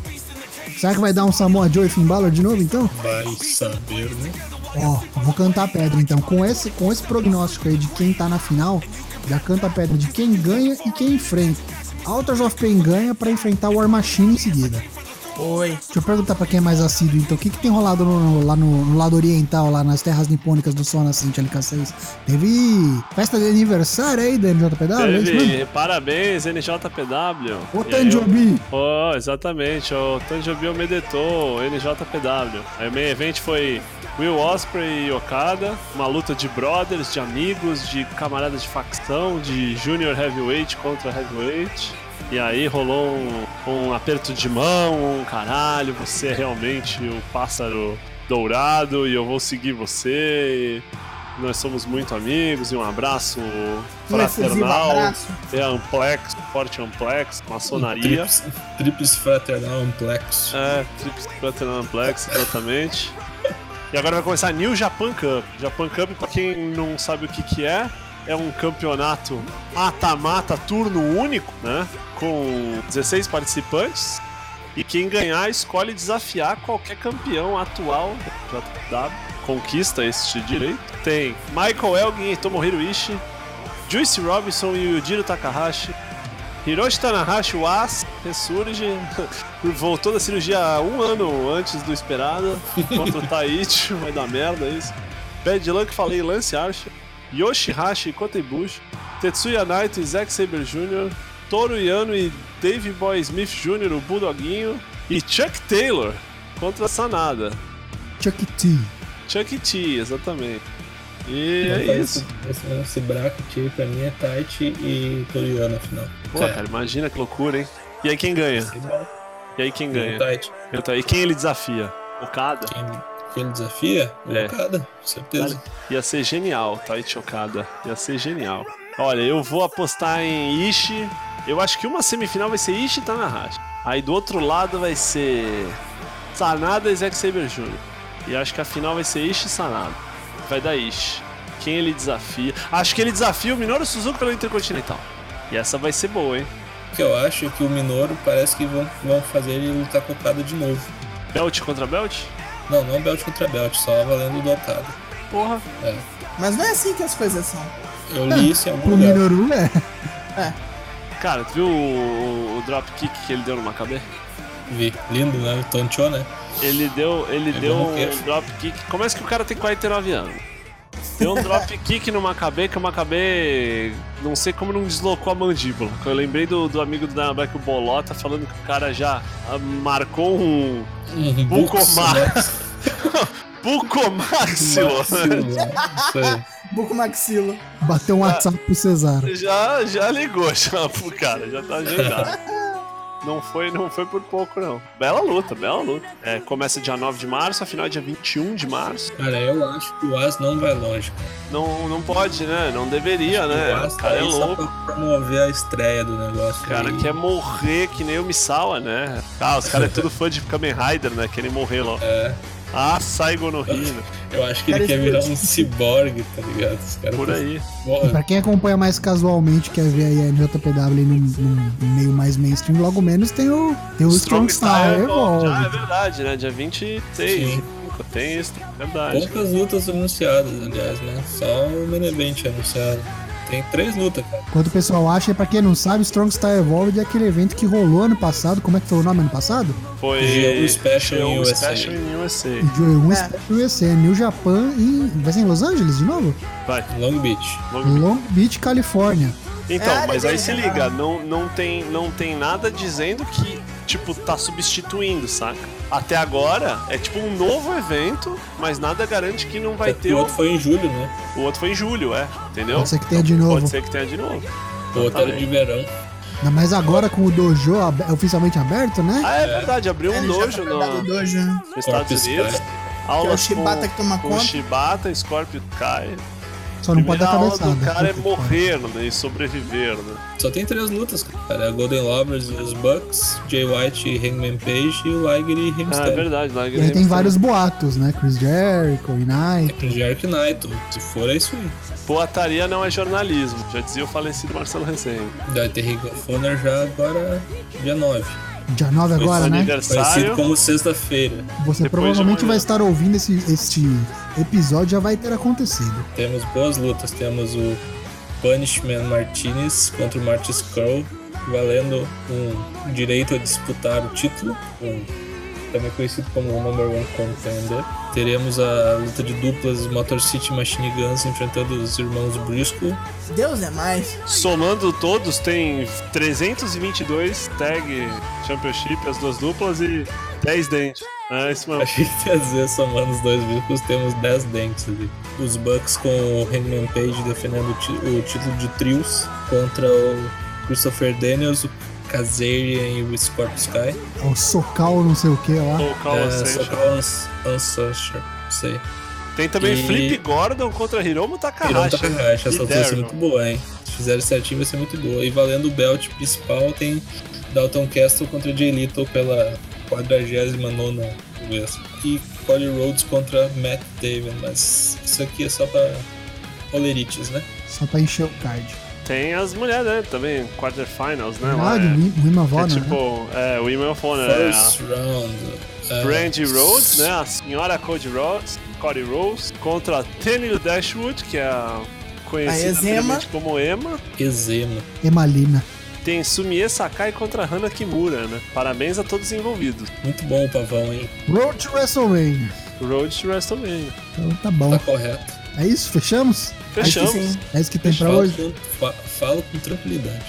Speaker 2: Será que vai dar um Samoa Joe e Finn Balor de novo então?
Speaker 4: Vai saber, né?
Speaker 2: Ó, vou cantar a pedra então. Com esse, com esse prognóstico aí de quem tá na final, já canta a pedra de quem ganha e quem enfrenta. Alters of Pain ganha pra enfrentar o War Machine em seguida.
Speaker 3: Oi.
Speaker 2: Deixa eu perguntar pra quem é mais assíduo então, o que, que tem rolado no- lá no, no lado oriental, lá nas terras nipônicas do Sol Nascente, ali 6? Teve festa de aniversário aí da MJPW? é isso mesmo?
Speaker 1: Teve, parabéns, NJPW. E aí,
Speaker 2: Ô
Speaker 1: eu-
Speaker 2: Tanjobi!
Speaker 1: Pô, exatamente, o Tanjobi Omedetou, NJPW. Aí o main event foi Will Osprey e Okada, uma luta de brothers, de amigos, de camaradas de facção, de Junior Heavyweight contra Heavyweight. E aí rolou um, um aperto de mão, um caralho, você é realmente o pássaro dourado e eu vou seguir você. e Nós somos muito amigos e um abraço
Speaker 3: Um efusivo
Speaker 1: fraternal.
Speaker 3: abraço.
Speaker 1: É amplex, forte amplex,
Speaker 4: Um
Speaker 1: maçonaria.
Speaker 4: Trips, trips Fraternal um Amplex.
Speaker 1: É, Trips Platinum Amplex, exatamente. E agora vai começar a New Japan Cup. Japan Cup, pra quem não sabe o que que é, é um campeonato mata-mata, turno único, né? Com 16 participantes. E quem ganhar escolhe desafiar qualquer campeão atual da JW. Conquista este direito. Tem Michael Elgin e Tomohiro Ishii, Juice Robinson e Yujiro Takahashi, Hiroshi Tanahashi, o As, ressurge, voltou da cirurgia um ano antes do esperado, contra o Taichi, vai dar merda isso. Bad Luck, falei, Lance Archer, Yoshihashi e Kotebush, Tetsuya Naito e Zack Saber Jr., Toru Yano e Dave Boy Smith Jr., o Bulldoguinho, e Chuck Taylor contra Sanada.
Speaker 2: Chuck T.
Speaker 1: Chuck T, exatamente. E é
Speaker 4: Rapaz,
Speaker 1: isso.
Speaker 4: Esse, Então esse braco aqui pra mim é Tite e Toriano afinal.
Speaker 1: Pô, cara, imagina que loucura, hein? E aí quem ganha? E aí quem ganha?
Speaker 4: Tite.
Speaker 1: Então, e quem ele desafia? Okada?
Speaker 4: Quem, quem ele desafia?
Speaker 1: É.
Speaker 4: É. Cada, com certeza.
Speaker 1: Ia ser genial, tá aí chocada. Ia ser genial. Olha, eu vou apostar em Ishi. Eu acho que uma semifinal vai ser Ishi e Tanahashi. Aí do outro lado vai ser Sanada e Zack Saber Jr. E acho que a final vai ser Ishi e Sanada. Vai dar Ishi. Quem ele desafia? Acho que ele desafia o Minoru Suzuki pelo Intercontinental. E essa vai ser boa, hein?
Speaker 4: O que eu acho é que o Minoru parece que vão, vão fazer ele lutar com o Okada de novo.
Speaker 1: Belt contra Belt?
Speaker 4: Não, não Belt contra Belt, só valendo do Okada.
Speaker 1: Porra.
Speaker 4: É.
Speaker 3: Mas não é assim que as coisas são.
Speaker 4: Eu li isso em algum
Speaker 2: Pro
Speaker 4: lugar.
Speaker 2: Minoru, é.
Speaker 1: Cara, tu viu o, o dropkick que ele deu no Macabe?
Speaker 4: Vi. Lindo, né? O Toncho, né?
Speaker 1: Ele deu, ele
Speaker 4: Ele
Speaker 1: deu
Speaker 4: não
Speaker 1: um
Speaker 4: quer.
Speaker 1: dropkick. Como é que o cara tem 49 anos? Deu um dropkick no Macabe que o Macabe. Não sei como não deslocou a mandíbula. Eu lembrei do, do amigo do Dynaback, o Bolota, falando que o cara já ah, marcou um
Speaker 4: Um
Speaker 1: Bucomar.
Speaker 4: Bucos-
Speaker 1: bucomáxilo.
Speaker 4: Maxilo, né? Isso aí.
Speaker 3: Buco Maxilo.
Speaker 2: Bateu um WhatsApp pro Cesaro.
Speaker 1: já, já ligou já pro cara, já tá agendado. Não foi, não foi por pouco, não. Bela luta, bela luta. É, começa dia 9 de março, a final é dia 21 de março.
Speaker 4: Cara, eu acho que o As não vai longe. cara.
Speaker 1: Não, não pode, né? Não deveria,
Speaker 4: o
Speaker 1: né?
Speaker 4: As
Speaker 1: O
Speaker 4: tá
Speaker 1: cara é
Speaker 4: aí só
Speaker 1: louco.
Speaker 4: pra promover a estreia do negócio.
Speaker 1: O cara
Speaker 4: aí.
Speaker 1: quer morrer que nem o Misawa, né? Ah, os caras é tudo fã de Kamen Rider, né? Querem morrer lá.
Speaker 4: É.
Speaker 1: Ah, Saigo no Hino,
Speaker 4: Eu acho que
Speaker 3: Cara,
Speaker 4: ele quer
Speaker 3: esse-
Speaker 4: virar um ciborgue, tá ligado? Os caras
Speaker 1: por aí.
Speaker 4: Porra,
Speaker 2: Pra quem acompanha mais casualmente, quer ver aí a NJPW num, num meio mais mainstream, logo menos tem o, tem o Strong, Style Evolve.
Speaker 1: Ah, é verdade, né? Dia 26.
Speaker 4: Sim.
Speaker 1: Tem isso, é verdade.
Speaker 4: poucas lutas anunciadas, aliás, né? Só o main event anunciado. Tem três lutas, cara.
Speaker 2: Enquanto o pessoal acha, e pra quem não sabe, Strong Style Evolved é aquele evento que rolou ano passado. Como é que foi o nome ano passado?
Speaker 1: Foi.
Speaker 4: G1 é Special
Speaker 1: G1
Speaker 4: em USA.
Speaker 1: Special em USA.
Speaker 2: Joe 1
Speaker 3: É.
Speaker 2: Special USA, New Japan e. Vai ser em Los Angeles de novo?
Speaker 1: Vai.
Speaker 4: Long Beach.
Speaker 1: vamos-
Speaker 2: Long Beach, Califórnia.
Speaker 1: Então,
Speaker 3: É,
Speaker 1: mas aí se
Speaker 3: legal.
Speaker 1: liga, não, não, tem, não tem nada dizendo que, tipo, tá substituindo, saca? Até agora é tipo um novo evento, mas nada garante que não vai
Speaker 4: O
Speaker 1: ter um? o,
Speaker 4: outro foi em julho, né?
Speaker 1: o outro foi em julho, é, entendeu?
Speaker 2: Pode ser que tenha de novo.
Speaker 1: Pode ser que tenha de novo.
Speaker 4: O outro era de verão.
Speaker 2: Ainda mais agora com o dojo ab- oficialmente aberto, né?
Speaker 1: Ah, é verdade, abriu um
Speaker 3: Ele já
Speaker 1: dojo
Speaker 3: tá pegado
Speaker 1: no,
Speaker 3: o dojo, né?
Speaker 1: nos Estados
Speaker 4: Corpus
Speaker 1: Unidos.
Speaker 3: Que
Speaker 4: Christi.
Speaker 3: é o
Speaker 1: Aulas com,
Speaker 3: Shibata que toma
Speaker 1: com
Speaker 3: conta.
Speaker 1: Shibata, Scorpio Kai.
Speaker 2: Só não pode dar
Speaker 1: primeira aula
Speaker 2: cabeçada.
Speaker 1: do cara é
Speaker 2: Puta que pariu.
Speaker 1: morrer né, e sobreviver, né?
Speaker 4: Só tem três lutas, cara. É Golden Lovers e os Bucks, Jay White e Hangman Page e o Liger e
Speaker 1: Ah, é
Speaker 4: Hemstead.
Speaker 1: verdade. Lá,
Speaker 2: E aí tem vários boatos, né? Chris Jericho, Inai.
Speaker 4: É Jack Knight, se for é isso aí.
Speaker 1: Boataria não é jornalismo, já dizia o falecido Marcelo Rezende.
Speaker 4: Daí tem Ring of Honor já agora, dia 9.
Speaker 2: Dia 9 agora,
Speaker 1: Foi
Speaker 2: né?
Speaker 1: aniversário.
Speaker 4: Conhecido como sexta-feira.
Speaker 2: Você
Speaker 1: Depois de
Speaker 2: provavelmente
Speaker 1: amanhã.
Speaker 2: vai estar ouvindo esse, este episódio, já vai ter acontecido.
Speaker 4: Temos boas lutas. Temos o Punishman Martinez contra o Marty Scurll, valendo um direito a disputar o título, um- também conhecido como o Number One Contender. Teremos a luta de duplas Motor City e Machine Guns enfrentando os irmãos Briscoe.
Speaker 3: Deus é mais.
Speaker 1: Somando todos, tem 322 tag championship, as duas duplas e 10 dentes. É isso mesmo.
Speaker 4: Achei que às vezes somando os dois grupos temos 10 dentes ali. Os Bucks com o Hangman Page defendendo o, ti- o título de trios contra o Christopher Daniels, o Kazarian e o Scott Sky.
Speaker 2: É o Socal, não sei o que lá.
Speaker 1: Ou Call
Speaker 4: É,
Speaker 1: Ascension.
Speaker 4: só Call Uns- Unsusher, não sei.
Speaker 1: Tem também
Speaker 4: E-
Speaker 1: Flip Gordon contra Hiromu Takahashi. E
Speaker 4: Hiromu Takahashi, tá essa luta vai ser
Speaker 1: Daryl.
Speaker 4: muito boa, hein? Se fizer certinho vai ser muito boa. E valendo o belt principal tem Dalton Castle contra Jay Little pela 49 vez. E Cody Rhodes contra Matt Damon, mas isso aqui é só pra olerites, né?
Speaker 2: Só pra encher o card.
Speaker 1: Tem as mulheres, né? Também, quarterfinals, né? lá,
Speaker 2: Ah,
Speaker 1: é,
Speaker 2: do Rima
Speaker 1: que é
Speaker 2: Vona, né?
Speaker 1: tipo, é, o Women of Honor, é, a
Speaker 4: First round. ah,
Speaker 1: Brandy Rhodes, né? A senhora Cody Rhodes, Cody Rhodes, contra a Tenille Dashwood, que é a
Speaker 3: A
Speaker 1: conhecida
Speaker 3: Ezema.
Speaker 1: anteriormente como Emma.
Speaker 4: Ezema.
Speaker 2: Emalina.
Speaker 1: Tem Sumie Sakai contra Hana Kimura, né? Parabéns a todos os envolvidos.
Speaker 4: Muito bom o pavão, hein?
Speaker 2: Road to WrestleMania.
Speaker 1: Road to WrestleMania.
Speaker 2: Então tá bom.
Speaker 4: Tá correto.
Speaker 2: É isso? Fechamos?
Speaker 1: Fechamos.
Speaker 2: É isso, que- é isso que tem pra
Speaker 4: Falo
Speaker 2: hoje?
Speaker 4: com, fa- falo com tranquilidade.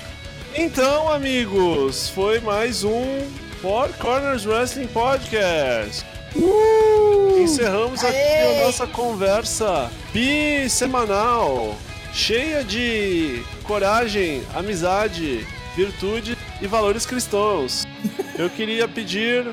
Speaker 1: Então, amigos, foi mais um Four Corners Wrestling Podcast. Encerramos aqui
Speaker 3: Uh! Aê!
Speaker 1: a nossa conversa bissemanal, cheia de coragem, amizade, virtude e valores cristãos. Eu queria pedir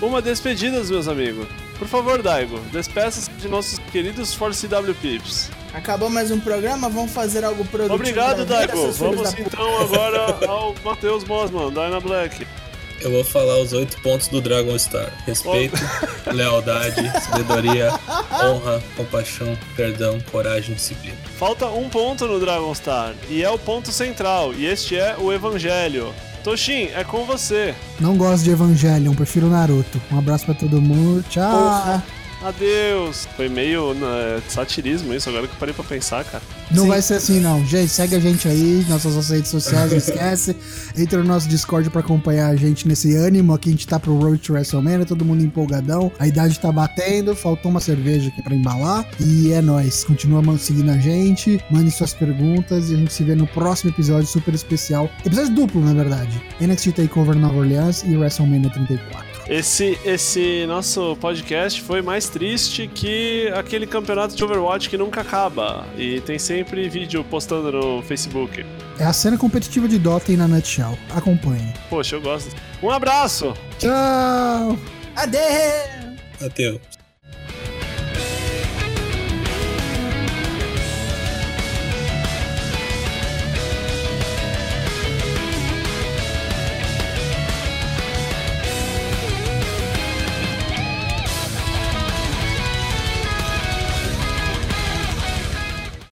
Speaker 1: uma despedida, meus amigos. Por favor, Daigo, despeça-se de nossos queridos Force CW Pips.
Speaker 3: Acabou mais um programa, vamos fazer algo produtivo.
Speaker 1: Obrigado,
Speaker 3: pra vida,
Speaker 1: Daigo.
Speaker 3: seus filhos
Speaker 1: Vamos
Speaker 3: da puta.
Speaker 1: então agora ao Matheus Mosman, Dyna Black.
Speaker 4: Eu vou falar os oito pontos do Dragon Star: respeito, lealdade, sabedoria, honra, compaixão, perdão, coragem e disciplina.
Speaker 1: Falta um ponto no Dragon Star, e é o ponto central, e este é o Evangelho. Toshin, é com você.
Speaker 2: Não gosto de Evangelion, prefiro Naruto. Um abraço pra todo mundo. Tchau.
Speaker 3: Porra.
Speaker 1: Adeus. Foi meio né, satirismo isso, agora que eu parei pra pensar, cara.
Speaker 2: Não
Speaker 3: Sim.
Speaker 2: vai ser assim, não. Gente, segue a gente aí, nossas nossas redes sociais, não esquece. Entra no nosso Discord pra acompanhar a gente nesse ânimo. Aqui a gente tá pro Road to WrestleMania, todo mundo empolgadão. A idade tá batendo, faltou uma cerveja aqui pra embalar. E é nóis. Continua man- seguindo a gente, mande suas perguntas e a gente se vê no próximo episódio super especial. Episódio duplo, na verdade. NXT TakeOver Nova Orleans e WrestleMania 34.
Speaker 1: Esse, esse nosso podcast foi mais triste que aquele campeonato de Overwatch que nunca acaba. E tem sempre vídeo postando no Facebook.
Speaker 2: É a cena competitiva de Dota aí na Nutshell. Acompanhe.
Speaker 1: Poxa, eu gosto. Um abraço!
Speaker 2: Tchau!
Speaker 3: Adeus.
Speaker 4: Adeus.